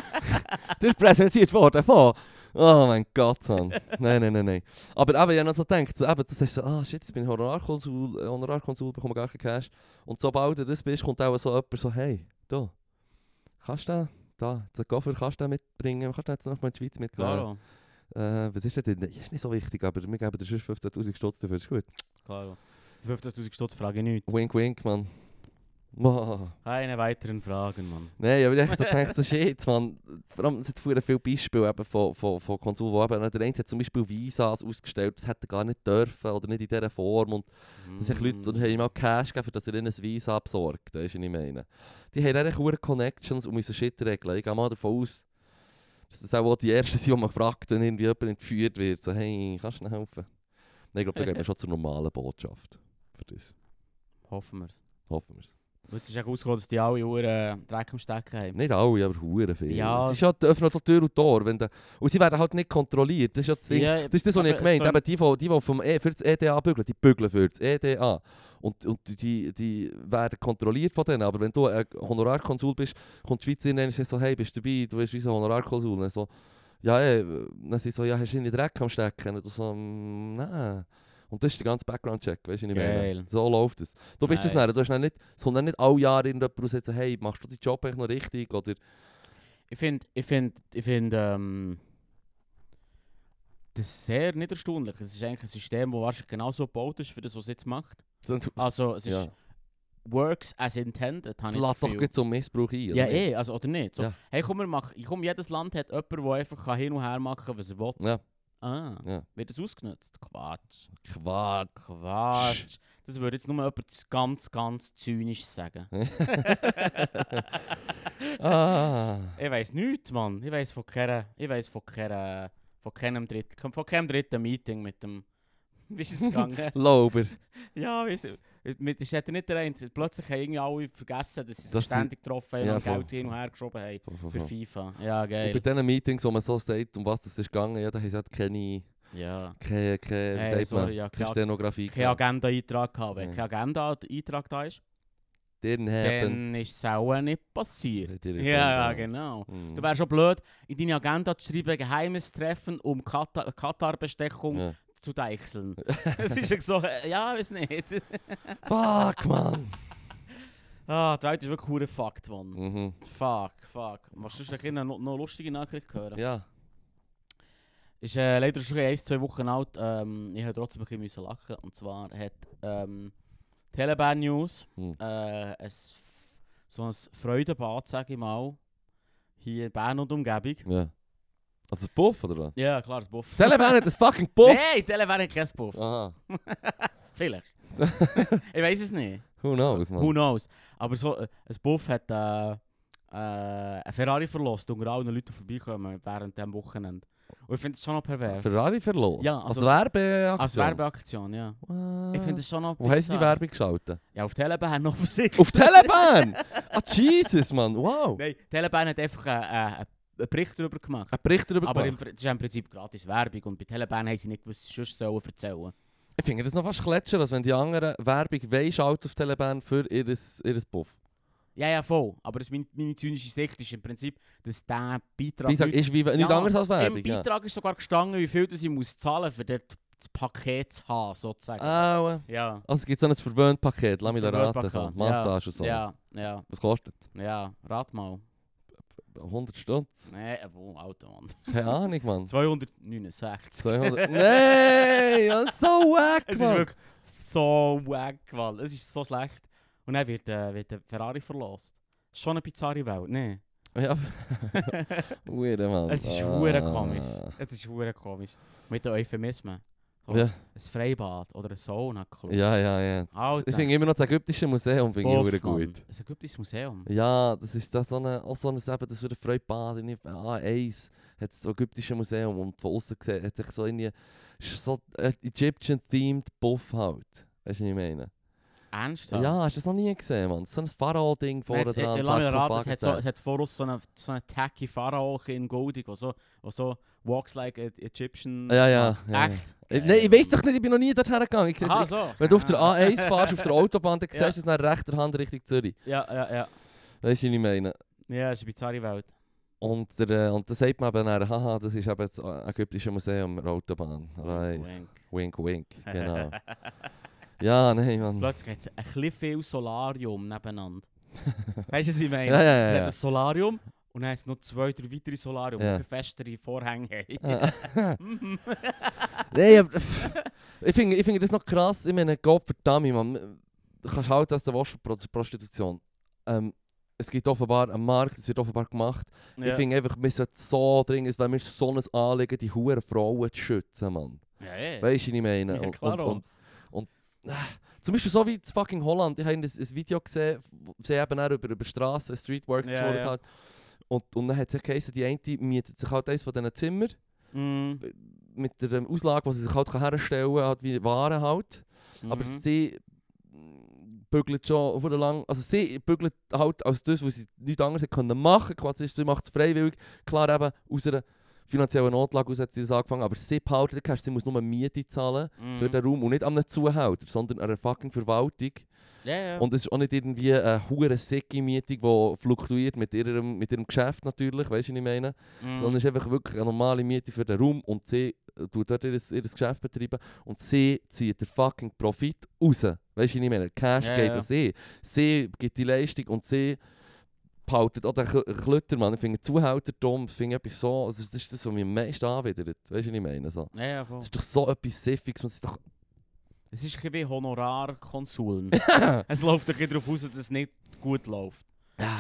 A: das ist präsentiert worden von... Oh mein Gott, Mann. Nein, nein, nein, nein. Aber eben, ich habe noch so gedacht, so, eben, das ist so, ah shit, jetzt bin ich Honorarkonsul, äh, Honorarkonsul, bekomme gar keinen Cash. Und sobald du das bist, kommt auch so jemand so, hey, da, kannst du den, da, den Koffer kannst du den mitbringen, kannst du den jetzt noch mal in die Schweiz mitnehmen?
B: Klaro,
A: Äh, was ist denn? Ist nicht so wichtig, aber wir geben dir sonst 15.000 Stutz dafür, ist gut.
B: klaro. 15.000 Stutz frage ich nicht.
A: Wink, wink, Mann. Boah.
B: Keine weiteren Fragen, Mann.
A: Nein, aber ich hab echt so gedacht, so shit, Mann. Vor allem, es hat verdammt viele Beispiele eben von, von, von Konsum, wo eben, der eine hat zum Beispiel Visas ausgestellt, das hätte er gar nicht dürfen oder nicht in dieser Form. Und dass
B: Mm.
A: sich Leute und haben ihm auch Cash gegeben, dass er ihnen ein Visa besorgt, das ist was ich meine. Die haben dann echt verdammt Connections und müssen Shit regeln. Ich gehe mal davon aus, dass das auch die Ersten sind, die man fragt, wenn irgendwie jemand entführt wird. So, hey, kannst du ihnen helfen? Nein, ich glaube, da geht man schon zur normalen Botschaft. Für das.
B: Hoffen wir.
A: Hoffen wir es.
B: Und Jetzt ist echt rausgekommen, dass die alle Uhren Dreck am Stecken haben.
A: Nicht alle, aber hure viel.
B: Ja.
A: Es ist ja, die öffnen doch Tür und Tor. Wenn der, und sie werden halt nicht kontrolliert. Das ist ja das, Ding.
B: Ja,
A: das, ist das was
B: aber
A: ich
B: es
A: gemeint
B: tun-
A: habe. Die, die, die, die vom e, für das EDA bügeln, die bügeln für das EDA. Und, und die, die werden kontrolliert von denen. Aber wenn du ein Honorarkonsul bist, kommt die Schweiz in und sagt so, hey, bist du dabei? Du bist wie so ein Honorarkonsul. Und dann so, ja, ey. Dann sind sie so, ja, hast du nicht Dreck am Stecken? Und du so, «Mm, nein. Und das ist der ganze Background-Check, weißt du, was ich
B: Geil.
A: meine? So läuft es. Du bist das
B: Nice.
A: näher, du hast dann nicht, es kommt dann nicht alle Jahre irgendjemand raus und sagt, hey, machst du deinen Job eigentlich noch richtig? Oder
B: Ich finde, ich finde, ich finde, ähm, das ist sehr nicht erstaunlich. Es ist eigentlich ein System, das wahrscheinlich genauso gebaut ist für das, was es jetzt macht.
A: So, du-
B: Also, es ist
A: ja.
B: works as intended, habe
A: Das
B: ich das
A: lässt doch
B: Gefühl.
A: gut zum Missbrauch ein.
B: ja,
A: oder nicht?
B: eh, also, oder nicht. So,
A: Ja.
B: Hey, komm, wir machen, komm, jedes Land hat jemanden, der einfach kann hin und her machen kann, was er will.
A: Ja,
B: Ah,
A: Ja.
B: wird das ausgenutzt? Quatsch.
A: Quark.
B: Quatsch. Das würde jetzt nur jemand z- ganz, ganz zynisch sagen.
A: Ah.
B: Ich weiß nichts, Mann. Ich weiß von keiner, ich weiß von keiner, von keinem dritten, von keinem dritten Meeting mit dem, wie ist es gegangen?
A: Lauber.
B: ja, weißt du, mit, ist hat er nicht der Einzige. Plötzlich haben irgendwie alle vergessen, dass sie sich
A: Dass sie-
B: ständig getroffen haben
A: Ja,
B: und
A: voll.
B: Geld hin und her geschoben haben
A: Voll, voll,
B: für
A: voll.
B: FIFA. Ja,
A: Und bei
B: geil.
A: diesen Meetings, wo man so sagt, um was es ist gegangen, ja, da haben sie halt keine,
B: Ja.
A: keine, keine,
B: Hey,
A: wie sagt man,
B: sorry, ja,
A: keine
B: keine-
A: Stenografie.
B: Kein Agenda-Eintrag gehabt. Wenn
A: Nein.
B: kein Agenda-Eintrag da ist,
A: Den haben.
B: dann ist es auch nicht passiert.
A: Ja, Mhm.
B: Ja, ja, genau. Du wärst schon blöd, in deine Agenda zu schreiben, geheimes Treffen, um Kata- Katar-Bestechung
A: Ja.
B: zu deichseln. Es ist ja so, äh, ja, weiß nicht.
A: Fuck, Mann.
B: Ah, die Welt ist wirklich hure fucked, Mann.
A: mhm.
B: Fuck, fuck. Was ist denn noch, noch lustige Nachricht hören?
A: Ja.
B: Ist äh, leider schon ein, zwei Wochen alt. Ähm, ich habe trotzdem ein bisschen müssen lachen. Und zwar hat ähm, Telebahn News
A: Hm.
B: äh, ein, F- so ein Freudenbad, sage ich mal, hier in Bern und Umgebung.
A: ja. Also ein Puff, oder was?
B: Ja, klar, das Buff.
A: Teleban hat ein fucking Puff.
B: Nein, Telebahn hat kein Buff.
A: Aha.
B: Vielleicht. ich weiß es nicht.
A: Who knows, Mann.
B: Who knows? Aber so, äh, ein Buff hat äh, äh, einen eh, Ferrari verlost, unter allen Leuten die vorbeikommen während dem Wochenende. Und ich finde es schon noch pervers.
A: Ferrari verloren.
B: Ja,
A: also,
B: also-
A: Werbeaktion.
B: Als Werbeaktion, ja. Ich finde es schon noch
A: Wo haben sie die
B: bizarr.
A: Werbung geschaltet?
B: Ja, auf Telebahn noch für sich.
A: Auf Teleban! ah, Jesus, Mann. Wow.
B: Nein, Telebahn hat einfach äh, äh, äh, einen Bericht darüber gemacht.
A: Ein Bericht darüber
B: Aber im,
A: gemacht.
B: Pri- das ist ja im Prinzip gratis Werbung und bei Telebahn haben sie nicht gewusst, was sie sonst erzählen sollen.
A: Ich finde das noch fast kletscher, als wenn die anderen Werbung wollen, schalten auf Teleban für ihr ihres Puff.
B: Ja, ja, voll. Aber das meine, meine zynische Sicht ist im Prinzip, dass der Beitrag...
A: Beitrag
B: nicht-
A: ist wie, nichts
B: Ja,
A: anderes als Werbung.
B: Im
A: Ja.
B: Beitrag ist sogar gestanden, wie viel das ich muss zahlen muss, um dort das Paket zu haben, sozusagen.
A: Ah. Aua.
B: Ja.
A: Also es gibt so ein Verwöhnpaket, lass mich da
B: Das
A: raten. So.
B: Verwöhnpaket,
A: Massage und so.
B: Ja, ja,
A: Was kostet?
B: ja. Rat mal.
A: 100 Stutz?
B: Nee, wo, Alter, Mann.
A: Keine Ahnung, Mann.
B: 269.
A: 200... Nein! Das ist so wack,
B: Es ist
A: Mann.
B: wirklich so wack, Mann. Es ist so schlecht. Und dann wird, äh, wird der Ferrari verlost. Schon eine bizarre Welt, ne?
A: Ja. Hure, Mann.
B: Es ist
A: Ah.
B: hure komisch. Es ist hure komisch. Mit den Euphemismen. So
A: Ja.
B: ein, ein Freibad oder ein Sauna-Club.
A: Ja, ja, ja.
B: Alter.
A: Ich finde immer noch das Ägyptische Museum
B: Das
A: finde ich
B: Boff,
A: verdammt
B: Mann.
A: gut.
B: Ein ägyptisches Museum.
A: Ja, das ist da so eine, auch so ein eben, das würde Freude baden. ah, In A1 hat das ägyptische Museum und von außen gesehen hat sich so irgendwie, ist so ein Egyptian-themed Buff halt. Weißt du, was ich meine?
B: Ernsthaft?
A: Ja, hast du das noch nie gesehen, Mann? So ein Pharao-Ding
B: Nein,
A: vorne
B: jetzt-
A: dran.
B: äh, lass mich raten, es
A: Sarkophag
B: hat, so,
A: da.
B: es hat voraus so einen so eine tacky Pharao in Goldig, der so, der so walks like an Egyptian.
A: Ja, ja, ja,
B: Echt?
A: Ich- Äh, Nein, ich weiß doch nicht, ich bin noch nie dorthin gegangen. Ich,
B: Aha,
A: ich,
B: so.
A: wenn du auf der A1 fährst, auf der Autobahn, dann siehst du
B: Ja.
A: es nach rechter Hand Richtung Zürich.
B: Ja, ja, ja.
A: Weißt du, was ich meine?
B: Ja, es ist eine bizarre Welt.
A: Und, der, äh, und dann sagt man eben, dann, haha, das ist eben das Ä- ägyptische Museum der Autobahn. Nice.
B: Wink.
A: Wink, wink, genau. ja, nein, Mann.
B: Plötzlich hat es ein bisschen viel Solarium nebeneinander. weißt du, was ich meine?
A: Ja,
B: Es
A: ja,
B: hat
A: ja.
B: ein Solarium und dann hat es noch zwei, drei weitere Solarium,
A: Ja.
B: die festere Vorhänge haben.
A: ja. nein, aber, pff, ich finde ich finde das noch krass. Ich meine, Gott verdammt, Mann. Du kannst halt das, du willst von Pro- Prostitution. Ähm, es gibt offenbar einen Markt, es wird offenbar gemacht. Ich
B: ja.
A: finde einfach, wir sollten so dringend, es wäre mir so ein Anliegen, die hohen Frauen zu schützen, Mann.
B: Ja, ja.
A: Weißt du, was ich meine?
B: Ja,
A: Und-
B: klar auch.
A: und, und, und, äh, zum Beispiel so wie in fucking Holland. Ich habe ein, ein Video gesehen, wo sie eben auch über, über Straßen, Streetwork
B: Ja,
A: geschuldet
B: ja.
A: hat. Und, und dann hat es geheißen, die eine mietet sich halt eines von diesen Zimmern
B: Mm.
A: mit der ähm, Auslage, die sie sich halt kann herstellen kann, halt wie Waren halt. Aber
B: Mhm.
A: sie mm, bügelt schon sehr lang. Also sie bügelt halt als das, was sie nichts anderes hätte können machen konnte. Sie macht es freiwillig. Klar eben, aus einer finanziellen Notlage aus hat sie das angefangen. Aber sie behaltet den Cash, sie muss nur Miete zahlen
B: Mhm.
A: für den Raum. Und nicht an einem Zuhälter, sondern an einer fucking Verwaltung.
B: Ja, ja.
A: Und es ist auch nicht irgendwie eine hure sicke Mietung, die fluktuiert mit ihrem, mit ihrem Geschäft natürlich, weißt du, was ich meine?
B: Mm.
A: Sondern es ist einfach wirklich eine normale Miete für den Raum und sie äh, tut dort ihr, ihr Geschäft betreiben und sie zieht den fucking Profit raus. Weißt du, was ich meine? Cash
B: Ja,
A: geht
B: ja.
A: an sie. Sie gibt die Leistung und sie behaltet auch den Kl- Klütter, Mann. Ich finde Zuhältertum, ich finde etwas so, also das ist das, was mich am meisten anwidert. Weißt du, was ich meine? So.
B: ja, ja, voll.
A: Das ist doch so etwas Siffiges, man ist doch...
B: Es ist ein bisschen wie Honorarkonsuln. es läuft ein bisschen darauf aus, dass es nicht gut läuft.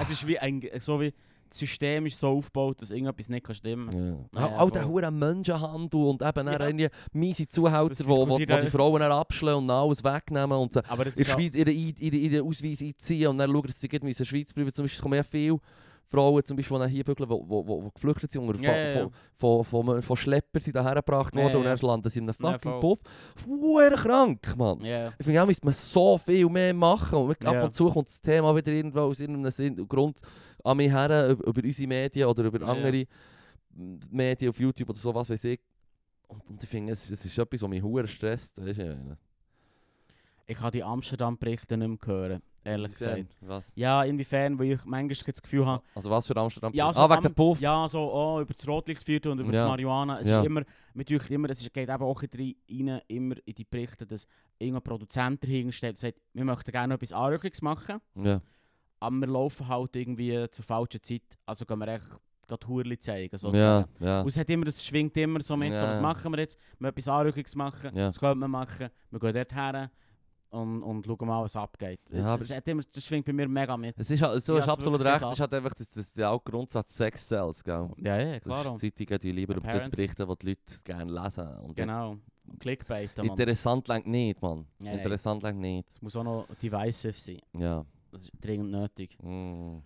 B: Es ist wie ein, so wie das System ist so aufgebaut, dass irgendetwas nicht kann stimmen kann.
A: Ja.
B: Ja,
A: auch auch der
B: voll.
A: hure Menschenhandel und eben
B: Ja.
A: ja. irgendwie miese Zuhälter,
B: Das
A: die wo, wo, wo
B: diskutiert
A: die
B: auch-
A: Frauen dann abschlagen und dann alles wegnehmen und so.
B: Aber das
A: in
B: ist
A: der
B: auch-
A: Schweiz ihre, ihre, ihre Ausweis einziehen und dann schauen, dass sie gleich in der Schweiz bleiben. Zum Beispiel es kommen ja viele Frauen, zum Beispiel, die dann hier bügeln, die, die, die, die geflüchtet sind oder
B: Ja,
A: von,
B: ja, ja.
A: Von, von, von, von Schleppern sind hierher gebracht
B: Ja,
A: worden und
B: ja.
A: dann landen sie in einem
B: Ja,
A: fucking
B: voll.
A: Puff. Huere krank, Mann.
B: Ja.
A: Ich finde auch, müsste man so viel mehr machen. Und ab
B: Ja.
A: und zu kommt das Thema wieder irgendwo aus irgendeinem Sinn, Grund an mich her, über, über unsere Medien oder über
B: Ja, ja.
A: andere m, Medien auf YouTube oder so, was weiß ich. Und, und ich finde, es, es ist etwas, was mich hure stresst. Weißt du, was ich meine?
B: Ich habe die Amsterdam-Berichte nicht mehr hören, ehrlich gesagt.
A: Was?
B: Ja, inwiefern, weil ich manchmal das Gefühl habe,
A: Also was für Amsterdam?
B: ja, so
A: ah, wegen
B: am-
A: der Puff.
B: Ja, so oh, über das Rotlicht führt und über das
A: Ja.
B: Marihuana. Es
A: Ja.
B: ist immer, mit euch immer, es ist- geht eben auch ein bisschen rein, immer in die Berichte, dass irgendein Produzent dahinter steht und sagt, wir möchten gerne etwas Anrüchiges machen.
A: Ja.
B: aber wir laufen halt irgendwie zur falschen Zeit. Also gehen wir echt gerade Hurli zeigen.
A: Ja,
B: sozusagen.
A: ja.
B: Und es hat immer, das schwingt immer so mit, so,
A: Ja.
B: was machen wir jetzt? Wir etwas Anrüchiges machen,
A: Ja.
B: das könnte man machen, wir gehen dort her und, und schauen mal, was abgeht.
A: Ja, aber
B: das,
A: es-
B: hat immer, das schwingt bei mir mega mit.
A: Es ist, halt- du
B: Ja,
A: hast
B: es
A: absolut
B: wirklich
A: recht,
B: so.
A: es hat einfach das, das, der alte Grundsatz Sex Sales, gell?
B: Ja, ja,
A: Das
B: klar.
A: ist, die Zeitungen die lieber über das
B: Apparently.
A: berichten, was die Leute gerne lesen. Und
B: Genau. Clickbait, Mann.
A: Interessant längt nicht, Mann.
B: Ja, nein.
A: Interessant längt nicht.
B: Das muss auch noch divisive sein.
A: Ja.
B: Das ist dringend nötig.
A: Mm.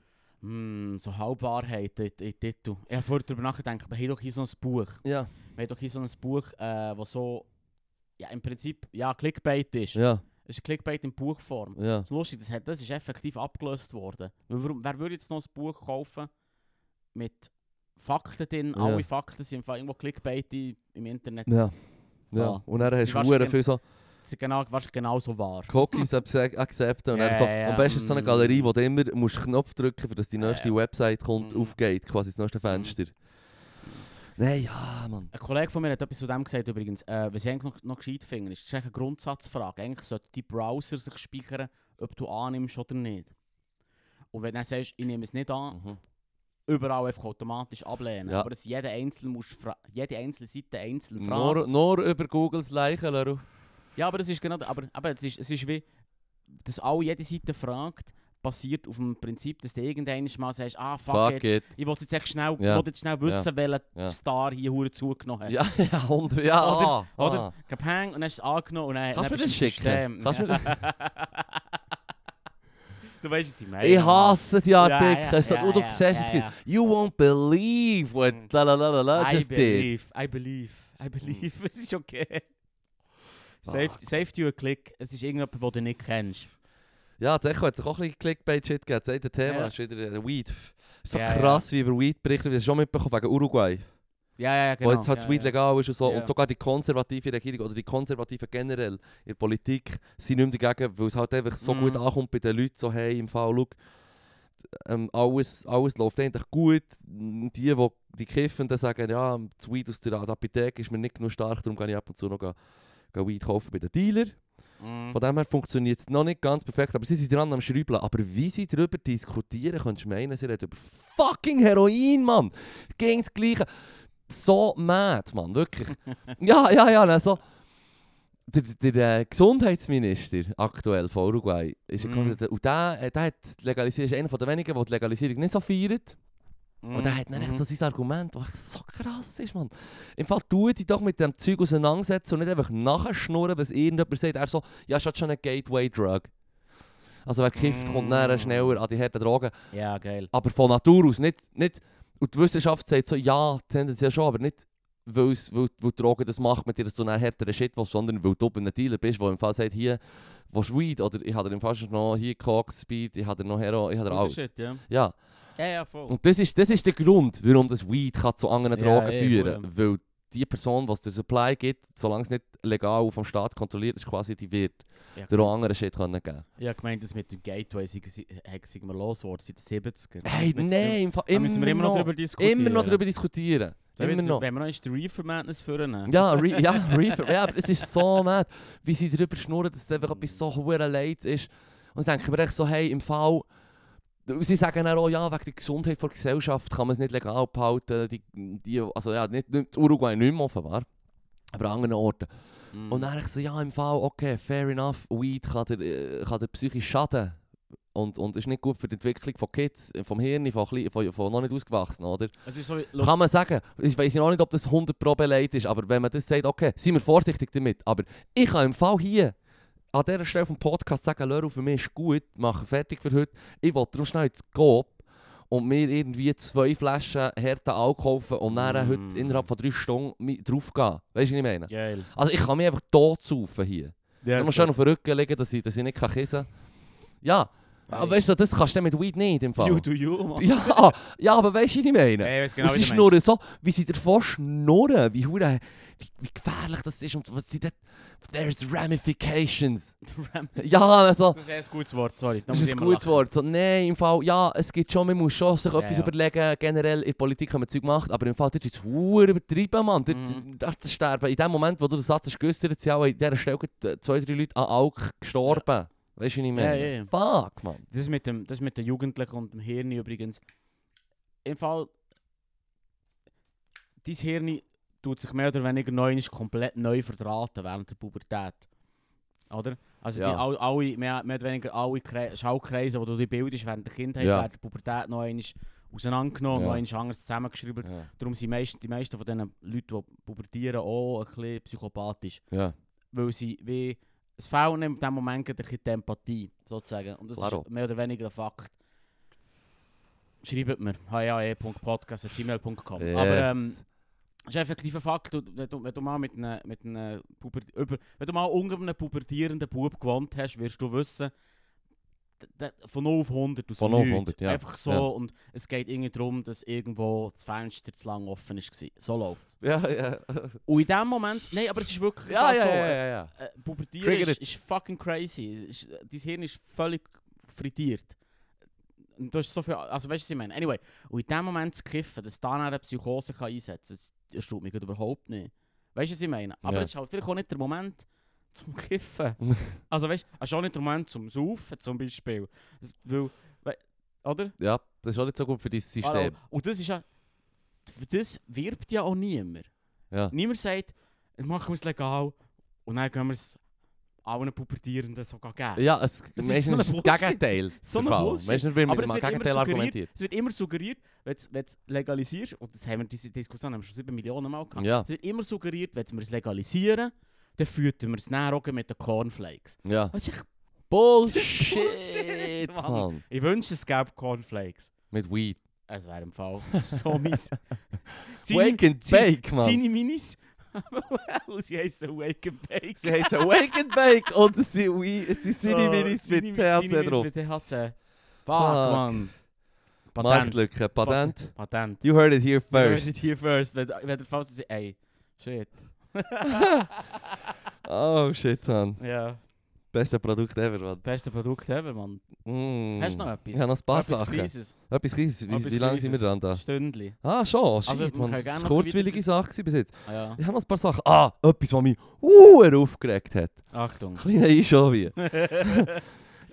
B: Hm, so Halbwahrheit in in Titel. Ich habe vorher darüber nachgedacht, wir haben doch hier so ein Buch.
A: Ja.
B: Wir haben doch hier so ein Buch, äh, wo so ja, im Prinzip ja, Clickbait ist.
A: Ja.
B: Es ist Clickbait in Buchform.
A: Ja.
B: Das ist lustig, das, hat, das ist effektiv abgelöst worden. Weil Warum, wer würde jetzt noch ein Buch kaufen mit Fakten drin?
A: Ja.
B: Alle Fakten sind im Fall irgendwo Clickbait i- im Internet.
A: Ja. ja.
B: Ah.
A: Und dann hast
B: Sie
A: du
B: war
A: Huren
B: schon-
A: viel so
B: Das ist genau, wahrscheinlich genauso wahr.
A: Cookies abse- accepten. Und
B: Ja,
A: dann so,
B: ja, ja.
A: am besten so eine
B: Mm.
A: Galerie, wo du immer musst Knopf drücken musst, dass die
B: Ja,
A: nächste
B: ja.
A: Website kommt,
B: Mm.
A: aufgeht, quasi das nächste Fenster. Nein, ja, Mann.
B: Ein Kollege von mir hat etwas zu dem gesagt übrigens. Äh, was ich eigentlich noch, noch gescheit finde, ist, das ist eigentlich eine Grundsatzfrage. Eigentlich sollten die Browser sich speichern, ob du annimmst oder nicht. Und wenn du dann sagst, ich nehme es nicht an,
A: Mhm.
B: überall einfach automatisch ablehnen.
A: Ja.
B: Aber dass jede einzelne, musst fra- jede einzelne Seite einzeln fragen.
A: Nur, nur über Googles Leichen, Leru.
B: Ja, aber das ist genau. Aber, aber es, ist, es ist wie, dass alle jede Seite fragt, basiert auf dem Prinzip, dass du irgendwann mal sagst, ah fuck,
A: Fuck
B: it.
A: it.
B: ich wollte jetzt echt schnell,
A: Ja.
B: wollte jetzt schnell wissen, welcher
A: Ja.
B: Star hier hure zugenommen hat.
A: Ja, ja, und, ja. ah,
B: Oder?
A: ah.
B: Ich hab hängen und dann ist es angenommen und dann,
A: Kannst du mir
B: dann
A: das
B: bist du im
A: schicken?
B: System.
A: Kannst du mir
B: du weißt, was ich meine.
A: Ich hasse die
B: Ja,
A: Artikel.
B: ja,
A: Weißt du,
B: ja,
A: und du
B: ja,
A: siehst es
B: ja,
A: gibt,
B: ja.
A: You won't believe what
B: Mhm.
A: la la la la la
B: I
A: just did. Hm.
B: believe, I believe, I believe. Es ist okay. Save,
A: Fuck.
B: save you a click. Es ist irgendjemand, den du nicht kennst.
A: Ja, das Echo hat sich auch ein bisschen Clickbait-Shit gegeben. Das eine Thema
B: Ja.
A: ist wieder äh, Weed. Ist so
B: Ja, ja.
A: krass, wie über Weed berichtet wird. Das hast du schon mitbekommen wegen Uruguay.
B: Ja, ja, ja, genau.
A: Wo jetzt halt
B: ja,
A: das Weed
B: ja.
A: legal ist und so.
B: Ja.
A: Und sogar die konservative Regierung oder die Konservativen generell in der Politik sind nicht mehr dagegen, weil es halt einfach so
B: Mhm.
A: gut ankommt bei den Leuten. So, hey, im Fall, schau, ähm, alles, alles läuft eigentlich gut. Die, die, die Kiffenden sagen, ja, das Weed aus der Apotheke ist mir nicht genug stark, darum kann ich ab und zu noch gehen, gehen Weed kaufen bei den Dealer.
B: Mhm.
A: Von dem her funktioniert es noch nicht ganz perfekt, aber sie sind dran am Schrübeln. Aber wie sie darüber diskutieren, könntest du meinen, sie reden über fucking Heroin, Mann. Ging das Gleiche. So mad, Mann, wirklich. ja, ja, ja, also. Der, der äh, Gesundheitsminister aktuell von Uruguay ist
B: Mhm.
A: mm. und der, äh, der hat die Legalisierung, ist einer der wenigen, der die Legalisierung nicht so feiert. Und
B: Mhm,
A: er hat dann echt so sein Argument, das echt so krass ist, Mann. Im Fall, tu dich doch mit dem Zeug auseinandersetzen und nicht einfach nachschnurren, was irgendjemand sagt. Er so, ja, es ist halt schon eine Gateway-Drug. Also wer kifft, kommt näher schneller an die harten Drogen.
B: Ja, geil.
A: Aber von Natur aus, nicht... nicht und die Wissenschaft sagt so, ja, tendenziell schon, aber nicht, weil, es- weil, weil die Drogen das macht mit dir, dass du einen härteren Shit willst, sondern weil du bei einem Dealer bist, der im Fall sagt, hier, willst du Weed? Oder ich habe dir im Fall schon noch hier Cox, Speed, ich habe dir noch Hero, ich habe dir
B: Guter
A: alles.
B: Shit, ja.
A: Ja.
B: Ja, ja, voll.
A: Und das ist, das ist der Grund, warum das Weed kann zu anderen
B: Ja,
A: Drogen
B: eh,
A: führen kann. Weil die Person, die es den Supply gibt, solange es nicht legal vom Staat kontrolliert ist, quasi die wird
B: Ja,
A: der auch anderen Shit können geben
B: Ich habe gemeint, das mit dem Gateway sei, sei, sei, sei mal losgeworden, seit den 70ern.
A: Hey,
B: Da müssen wir jetzt
A: nein, im Fall,
B: drü- da
A: immer,
B: müssen wir immer noch darüber diskutieren.
A: immer noch darüber diskutieren.
B: Da wird-
A: Immer noch.
B: Wenn wir noch einmal den Reefer Madness führen.
A: Ja, re, ja, Reefer. Ja, aber es ist so mad, wie sie darüber schnurren, dass es einfach etwas so hure leid ist. Und dann denke ich mir echt so, hey, im Fall... Sie sagen dann auch, ja, wegen der Gesundheit der Gesellschaft kann man es nicht legal behalten. Die, die, also ja, nicht, nicht, Uruguay nicht mehr offenbar, aber an anderen Orten.
B: Mhm.
A: Und dann ich so, ja, im Fall, okay, fair enough, Weed kann dir, äh, kann dir psychisch schaden. Und, und ist nicht gut für die Entwicklung von Kids, äh, vom Hirn, von, klein- von, von noch nicht ausgewachsen, oder?
B: Es ist so, wie- look,
A: Kann man sagen. Ich weiß ja auch nicht, ob das 100 pro beleidigt ist, aber wenn man das sagt, okay, seien wir vorsichtig damit. Aber ich kann im Fall hier an dieser Stelle vom Podcast sagen, Lörl, für mich ist gut, machen fertig für heute. Ich will darum schnell ins Coop und mir irgendwie zwei Flaschen harten Alkohol kaufen und dann
B: Mm.
A: heute innerhalb von drei Stunden mi- draufgehen. Weißt du, was ich meine?
B: geil.
A: Also ich kann mich einfach tot saufen hier.
B: Ja,
A: Ich muss schon auf den Rücken liegen, dass ich, dass ich nicht kann kissen kann. Ja, aber weißt du, das kannst du mit Weed nicht im Fall.
B: You do you, Mann.
A: Ja, ja, aber weißt du, was ich meine?
B: Ey, ich
A: und
B: weiss Genau wie
A: sie
B: du meinst.
A: schnurren so, wie sie davon schnurren, wie, hure- wie, wie gefährlich das ist und was sie dort... There's ramifications.
B: Ram-
A: Ja, also...
B: Das ist ein gutes Wort, sorry. Da
A: Das
B: muss
A: ist
B: ich
A: ein
B: immer
A: gutes
B: lachen.
A: Wort. So, nein, im Fall, ja, es gibt schon, man muss schon sich
B: Ja,
A: etwas
B: ja.
A: überlegen. Generell in der Politik haben wir Zeug gemacht, aber im Fall, das ist es verdammt übertrieben, Mann. Dort-
B: Mhm.
A: Das, das sterben. In dem Moment, wo du den Satz hast geäussert, sind auch an dieser Stelle gerade, äh, zwei, drei Leute an Alk gestorben. Weißt du, was ich meine?
B: Ja, ja.
A: Fuck, Mann.
B: Das mit, dem, das mit den Jugendlichen und dem Hirn übrigens. Im Fall. Dein Hirn tut sich mehr oder weniger neu, ist komplett neu verdrahten während der Pubertät. Oder? Also
A: Ja.
B: die, all, alle, mehr, mehr oder weniger alle Kre Schaukreise, die du dir bildest während der Kindheit,
A: Ja.
B: während der Pubertät noch einmal auseinandergenommen,
A: Ja.
B: noch einmal anders zusammengeschrieben.
A: Ja.
B: Darum sind meist, die meisten von diesen Leuten, die pubertieren, oh, auch ein bisschen psychopathisch.
A: ja.
B: weil sie wie es fehlt ihnen in dem Moment gerade ein bisschen die Empathie sozusagen und das
A: Claro.
B: ist mehr oder weniger ein Fakt. Schreibt mir E hae.podcast@gmail.com. Aber ähm, das ist effektiv ein Fakt, Du- wenn du, wenn du mal mit einem mit einem Puber, über, wenn du mal unter einem pubertierenden Bub gewohnt hast, wirst du wissen d- d- von 0 auf 100 aus
A: Von 0 auf
B: nichts.
A: 100, ja.
B: einfach so
A: Ja.
B: und es geht irgendwie darum, dass irgendwo das Fenster zu lang offen war. So läuft
A: Ja, ja.
B: Und in dem Moment, nein, aber es ist wirklich
A: Ja, ja,
B: so,
A: ja, ja, ja.
B: äh, Pubertieren
A: Triggered.
B: ist, ist fucking crazy. Ist, äh, dein Hirn ist völlig frittiert. Und Du hast so viel, also weißt du, was ich meine? Anyway, und in dem Moment zu kiffen, dass da dann eine Psychose kann einsetzen kann, das erstaunt mich gerade überhaupt nicht. Weißt du, was ich meine? Aber
A: Ja.
B: es ist halt vielleicht auch nicht der Moment zum Kiffen. also weißt du, es ist auch nicht der Moment zum Saufen zum Beispiel. Weil, we, oder?
A: Ja, das ist auch nicht so gut für dein System.
B: Hallo. dus Und das ist ja, für das wirbt ja auch niemand.
A: Ja.
B: Niemand sagt, jetzt machen wir es legal und dann gehen wir es allen Pubertierenden sogar geben.
A: Ja, es,
B: ist
A: meistens
B: so ein
A: ist das
B: Bullshit.
A: Gegenteil. der
B: So ein
A: Fall.
B: Bullshit.
A: Meistens wird mit
B: Aber es
A: dem
B: wird, immer
A: Gegenteil
B: suggeriert,
A: argumentiert.
B: es wird immer suggeriert, wenn du es legalisierst, und das haben wir diese Diskussion haben wir schon 7 Millionen Mal gehabt,
A: Ja.
B: es wird immer suggeriert, wenn wir es legalisieren, dann füttern wir es näher auch mit den Cornflakes.
A: Ja.
B: Was ich,
A: Bullshit,
B: Mann.
A: Mann.
B: ich wünsche, es gäbe Cornflakes.
A: Mit Weed.
B: Es wäre im Fall so mies.
A: Wake and
B: seine-
A: bake, Mann.
B: Seine Minis, und sie heißen Wake and Bake.
A: Sie heißen Wake and Bake Oh, und es sind Weed, es sind
B: Oh,
A: Cineminis mit
B: seine- seine
A: THC
B: Minis
A: drauf.
B: Mit THC.
A: Fuck.
B: Fuck, Mann.
A: Marktlücke, Patent.
B: Patent.
A: You heard it here
B: First.
A: first.
B: hier first. Wenn, wenn der Faust sagt, ey, shit.
A: Oh shit, man.
B: Ja,
A: Beste Produkt ever, man.
B: beste Produkt ever, man. nou
A: Mm.
B: Hast du noch etwas?
A: Ich habe noch ein paar
B: Etwas
A: Sachen.
B: Kleines,
A: Etwas Kleines. Wie,
B: Etwas
A: wie lange sind wir dran da?
B: ein Stündli.
A: Ah, schon. Shit,
B: Also,
A: also,
B: wir
A: man.
B: können
A: Das
B: gerne
A: ist
B: noch
A: eine
B: so
A: kurzwillige Sache gewesen bis jetzt.
B: Ah, ja.
A: Ich habe noch ein paar Sachen. Ah, etwas, was mich uh, aufgeregt hat.
B: Achtung.
A: Kleiner Einschaubier.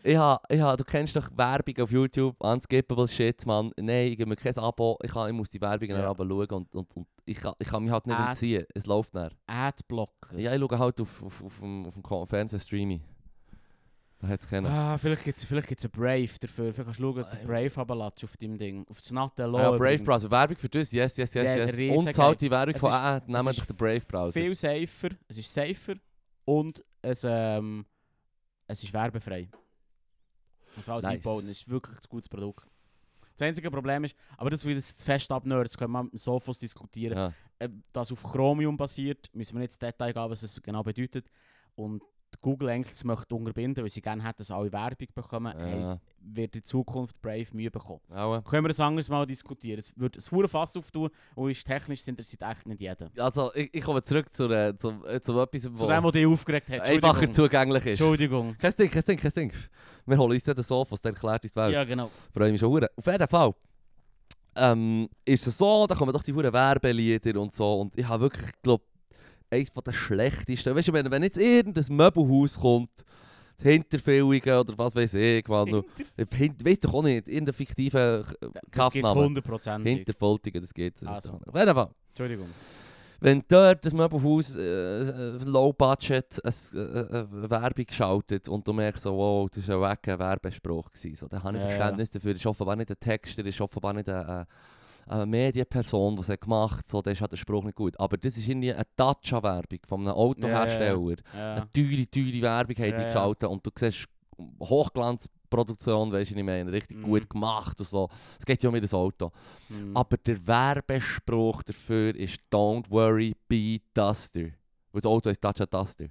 A: ich ha, ich ha, du kennst doch Werbung auf YouTube, unskippable shit, Mann. Nein, ich gebe mir kein Abo. Ich, ha, ich muss die Werbung
B: Ja. Äh.
A: yeah. schauen und, und, und ich, kann, ich kann mich halt nicht
B: Ad.
A: entziehen. Es läuft näher.
B: Adblocker.
A: Ja, ich schaue halt auf, auf, auf, dem- auf dem Ko- Fernsehstreaming. Da hat es keinen.
B: Ah, vielleicht gibt es vielleicht gibt's einen Brave dafür. Vielleicht kannst du schauen, dass du Brave runterlässt auf deinem Ding. Auf das natte Lohr.
A: Ah, ja, Brave
B: übrigens.
A: Browser. Werbung für das, yes, yes, yes,
B: Ja,
A: yes.
B: riesen
A: Unzahlte Werbung
B: Es
A: von
B: ist-
A: Ad, nehmen
B: ist
A: doch den Brave Browser.
B: Viel safer. Es ist safer. Und es, ähm, es ist werbefrei. Das alles
A: Nice.
B: eingebaut. und Es ist wirklich ein gutes Produkt. Das einzige Problem ist, aber das wird jetzt zu fest abnerden, das können wir mit dem Sophos diskutieren.
A: Ja.
B: Ob das auf Chromium basiert, müssen wir nicht ins Detail gehen, was das genau bedeutet. Und Google eigentlich das möchte unterbinden, weil sie gerne hätten, dass alle Werbung bekommen.
A: Ja.
B: Heißt, wird in Zukunft Brave Mühe bekommen.
A: Aua.
B: Können wir das anderes Mal diskutieren? Es wird ein hohes Fass auftun und ist technisch interessiert echt nicht jeden.
A: Also, ich, ich komme zurück zu, äh, zum, äh, zum etwas,
B: Zu
A: wo
B: dem, was dich aufgeregt hat.
A: einfacher
B: Äh, Entschuldigung.
A: zugänglich ist.
B: Entschuldigung.
A: Kein Ding, kein Ding, kein Ding. Wir holen uns dann den Sofos, der erklärt uns die Welt.
B: Ja, genau.
A: Freue mich schon hure. Auf jeden Fall ähm, ist es so, da kommen doch die hure Werbelieder und so. Und ich habe wirklich, glaube eines von der schlechtesten. Weißt du, wenn, wenn jetzt irgendein Möbelhaus kommt, das Hinterfilligen oder was weiß ich, man, du, Hint, weißt doch auch nicht, irgendein fiktiver
B: Das gibt
A: Kaffname.
B: 100%.
A: Hinterfoltigen, das geht.
B: Also.
A: Auf jeden Fall.
B: Entschuldigung.
A: Wenn dort das Möbelhaus äh, äh, low budget eine äh, äh, Werbung schaltet und du merkst so, wow, das war ein wacker Werbespruch, gewesen, so, dann habe ich
B: Ja, ja.
A: Verständnis dafür. Das ist offenbar nicht ein Texter, das ist offenbar nicht eine, äh, eine Medienperson, die es hat gemacht hat, so, dann ist halt der Spruch nicht gut. Aber das ist irgendwie eine Dacia-Werbung von einem Autohersteller.
B: Ja.
A: Eine teure, teure Werbung haben
B: Ja,
A: die
B: ja.
A: geschaltet und du siehst Hochglanzproduktion, weißt du, was ich meine, richtig
B: Mhm.
A: gut gemacht und so. Es geht ja um das Auto.
B: Mhm.
A: Aber der Werbespruch dafür ist «Don't worry, be Duster». Weil das Auto ist Dacia Duster.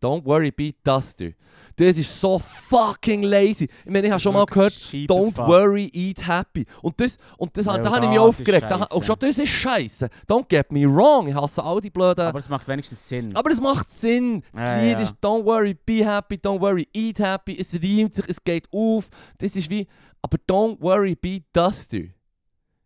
A: «Don't worry, be Duster». Das ist so fucking lazy. Ich meine, ich habe schon mal
B: Wirklich
A: gehört
B: cheap as
A: «Don't
B: fuck.
A: worry, eat happy». Und das, und das,
B: Ja,
A: da habe ich mich
B: das ist
A: aufgeregt. Da, auch
B: scheisse.
A: schon das ist scheiße. «Don't get me wrong», ich hasse all die blöden...
B: Aber es macht wenigstens Sinn.
A: Aber es macht Sinn. Das
B: Ja,
A: Lied
B: ja.
A: ist Don't worry, be happy, don't worry, eat happy. Es reimt sich, es geht auf. Das ist wie, aber don't worry, be duster.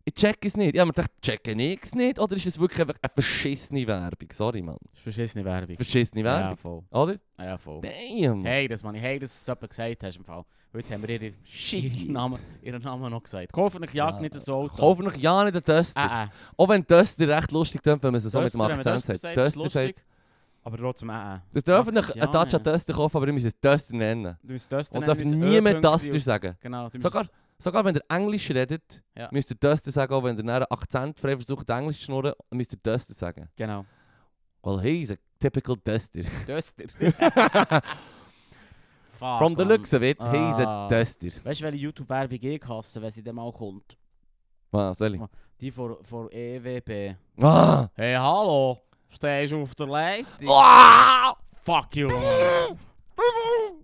A: Ich check es nicht. Ja, man denkt, checken ich es nicht? Oder ist es wirklich einfach eine verschissene Werbung? Sorry, Mann.
B: Das ist verschissene Werbung.
A: Verschissene
B: Ja,
A: Werbung,
B: voll.
A: oder?
B: Ja, voll.
A: Damn.
B: Hey, das man, hey, dass du es jemandem gesagt hast im Fall. Weil Jetzt haben wir ihren,
A: Shit.
B: ihren, Namen, ihren Namen noch gesagt. Hoffentlich jagt
A: Ja.
B: nicht das Auto.
A: Kaufen noch ja nicht den Duster.
B: Äh, äh.
A: Auch wenn Duster recht lustig tönt, wenn man es so mit
B: Duster,
A: dem
B: wenn man
A: Akzent
B: Duster
A: sagt.
B: sagt, ist
A: Duster sagt,
B: lustig. Aber trotzdem äh, äh.
A: sie dürfen
B: Macht
A: nicht
B: es
A: einen
B: ja
A: Dacia
B: nicht.
A: Duster kaufen, aber ihr müsst es Duster nennen.
B: Du musst Duster
A: Und
B: nennen,
A: dürfen
B: du musst
A: nie mehr
B: Ö-Pünktchen
A: Duster
B: auf-
A: sagen.
B: Genau. du musst-
A: Sogar, sogar wenn ihr Englisch redet,
B: Ja.
A: müsst ihr das sagen, auch wenn ihr einen Akzent frei versucht, Englisch zu schnurren, müsst ihr das sagen.
B: Genau.
A: Well, he's a typical duster.
B: Duster. Fuck,
A: From the
B: Mann.
A: looks of it, he's a
B: Ah.
A: duster.
B: Weißt du, welche YouTube-Werbung ich hasse, wenn sie dann mal kommt?
A: Was, soll
B: Die E von, von EWB.
A: Ah!
B: Hey, hallo! Stehst du auf der Leitung?
A: Ah!
B: Fuck you! Mann.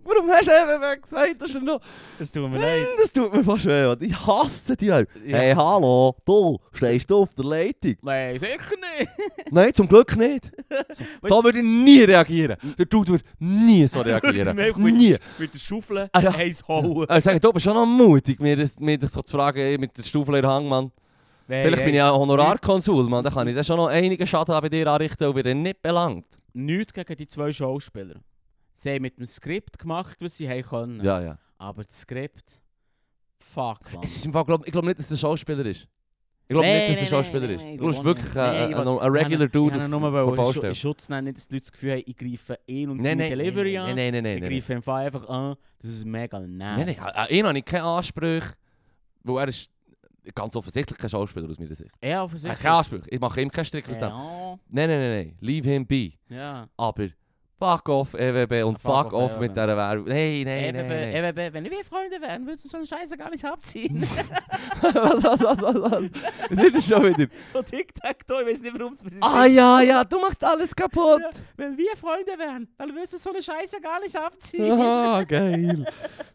A: Warum hast du eben gesagt, dass er noch...
B: Es tut mir leid.
A: Das tut mir fast weh, Mann. ich hasse die Welt.
B: Ja.
A: Hey, hallo, du, stehst du auf der Leitung?
B: Nein, sicher nicht!
A: Nein, zum Glück nicht. So, so würde ich nie reagieren. Der Dude würde nie so reagieren.
B: Mit,
A: nie.
B: mit der Schaufel
A: Ah, ja.
B: eins hauen.
A: Er sagt, du bist schon noch mutig, mir, das, mir das so zu fragen, ey, mit der Stufe in den Hang, Mann. Vielleicht bin ich ja Honorarkonsul, Mann. Da kann ich dann schon noch einigen Schaden bei dir anrichten, und wir dann nicht belangt.
B: Nichts gegen die zwei Schauspieler. Sie haben mit dem Skript gemacht, was sie haben können.
A: Ja, ja.
B: Ah, Aber das Skript... Fuck, man.
A: Es ist im Fall, glaub, ich glaube nicht, dass es ein Schauspieler ist. Ich glaube nicht,
B: Nee,
A: dass er
B: nee,
A: Schauspieler
B: nee,
A: ist.
B: nee,
A: Du
B: nee,
A: bist
B: überhaupt
A: wirklich
B: nicht. Nee,
A: ein,
B: ich
A: ein,
B: wollte-
A: ein regular
B: Ich
A: Dude
B: habe
A: auf,
B: nur
A: auf der
B: wollen Schu-
A: Baustelle.
B: Schutz nehmen, nicht, dass die Leute das Gefühl haben, ich greife ihn und
A: Nein,
B: seine
A: nein,
B: Delivery
A: nein, nein,
B: an.
A: nein, nein,
B: ich
A: nein,
B: greife ihn einfach an. Das ist oh, dus mega
A: Nein,
B: nervig.
A: nein, an ihn habe ich keine Ansprüche, weil er ist ganz offensichtlich kein Schauspieler aus meiner Sicht.
B: Er
A: Er hat
B: offensichtlich.
A: keinen Anspruch. Ich mache ihm keinen Strick aus dem.
B: Ja.
A: Nein, nein, nein, nein. Leave him be.
B: ja.
A: Aber fuck off EWB und
B: Ah, fuck
A: fuck
B: off,
A: off
B: EWB.
A: mit dieser Werbung. Nein, nein,
B: EWB,
A: nein.
B: EWB, wenn wir Freunde wären, würdest du so eine Scheiße gar nicht abziehen.
A: Was, was, was, was, was? Was ist das schon wieder?
B: Von Tic-Tac-Toe, ich weiß nicht, warum es mir
A: Ah ja, ja, du machst alles kaputt.
B: Wenn wir Freunde wären, dann würdest du so eine Scheiße gar nicht abziehen.
A: Ah, geil.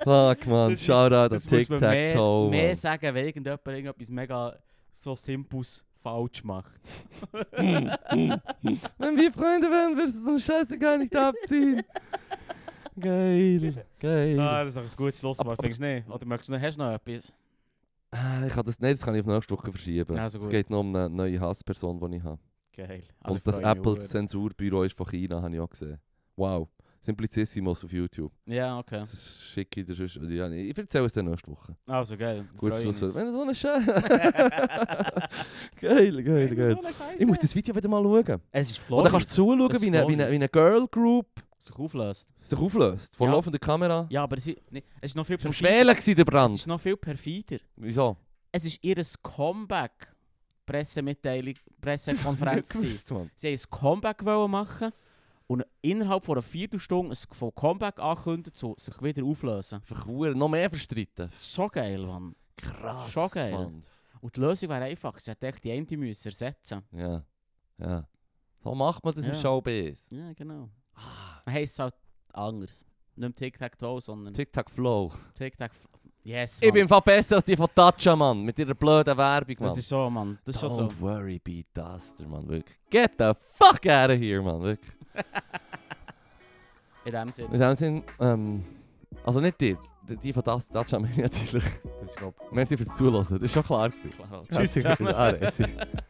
A: Fuck, man.
B: Das
A: Shoutout an
B: Das muss man mehr,
A: Tic-Tac-Toe.
B: mehr
A: Mann.
B: sagen, wenn irgendjemand irgendetwas mega so simples falsch macht. Ah,
A: Wenn wir Freunde wären, würdest du so eine Scheiße gar nicht abziehen. Geil, geil.
B: das ist doch ein gutes Schlusswort,
A: Aber-
B: findest du nicht? Oder möchtest du noch, hast du noch etwas?
A: Ah, Ich kann das, nein, das kann ich auf nächste Woche verschieben.
B: Ja, so
A: es
B: gut.
A: geht nur um eine neue Hassperson, die ich habe.
B: Geil. Also ich
A: Und das
B: freu mich
A: Apple
B: hure.
A: Zensurbüro ist von China, habe ich auch gesehen. Wow. Simplicissimus auf YouTube.
B: Ja, okay.
A: Das ist schick. Das ist, ja, ich erzähle es dann nächste Woche.
B: Also, geil.
A: Gutes
B: Freu uns.
A: Schlusswort. Wenn so eine Scheiße. geil, geil, geil. Ich muss das Video wieder mal schauen.
B: Es ist
A: Oder
B: Florian,
A: kannst du zuschauen,
B: Das
A: wie eine, wie eine, wie eine Girl Group
B: sich auflöst.
A: sich auflöst. Vor
B: Ja.
A: laufender Kamera.
B: Ja, aber es ist, nee, es ist noch viel
A: Es war am
B: perfider.
A: Schwelen gewesen, der
B: Es
A: Brand.
B: ist noch viel perfider.
A: Wieso?
B: Es ist ihr Comeback Pressemitteilung, Pressekonferenz gewesen.
A: Gewusst, Mann.
B: Sie wollten ein Comeback wollen machen und innerhalb von einer Viertelstunde ein vom Comeback ankündigen, zu sich wieder auflösen.
A: Verkuren, noch mehr verstritten.
B: So geil, Mann.
A: Krass,
B: Schon geil.
A: Mann.
B: Und die Lösung wäre einfach, sie hätte echt die eine müssen ersetzen.
A: Ja. ja. So macht man das im
B: Ja.
A: Showbiz.
B: Ja, genau. Dann heisst es halt anders. Nicht mehr Tic-Tac-Toe, sondern
A: Tic-Tac-Flow.
B: Tic-Tac... Yes,
A: Ich
B: Mann.
A: bin im Fall besser als die von Tatcha, Mann. Mit ihrer blöden Werbung, Mann.
B: Das ist so, Mann. Das ist schon so.
A: Don't worry, be duster, Mann. Wirklich. Get the fuck out of here, Mann. Wirklich.
B: In dem Sinne.
A: In dem Sinn, ähm, also nicht dir. Die die von Das- Tatcha meine ich natürlich.
B: Das ist, glaub
A: Merci fürs Zuhören. Das ist schon klar gewesen.
B: ich, klar.
A: Tschüss.
B: zusammen.
A: Ah, merci.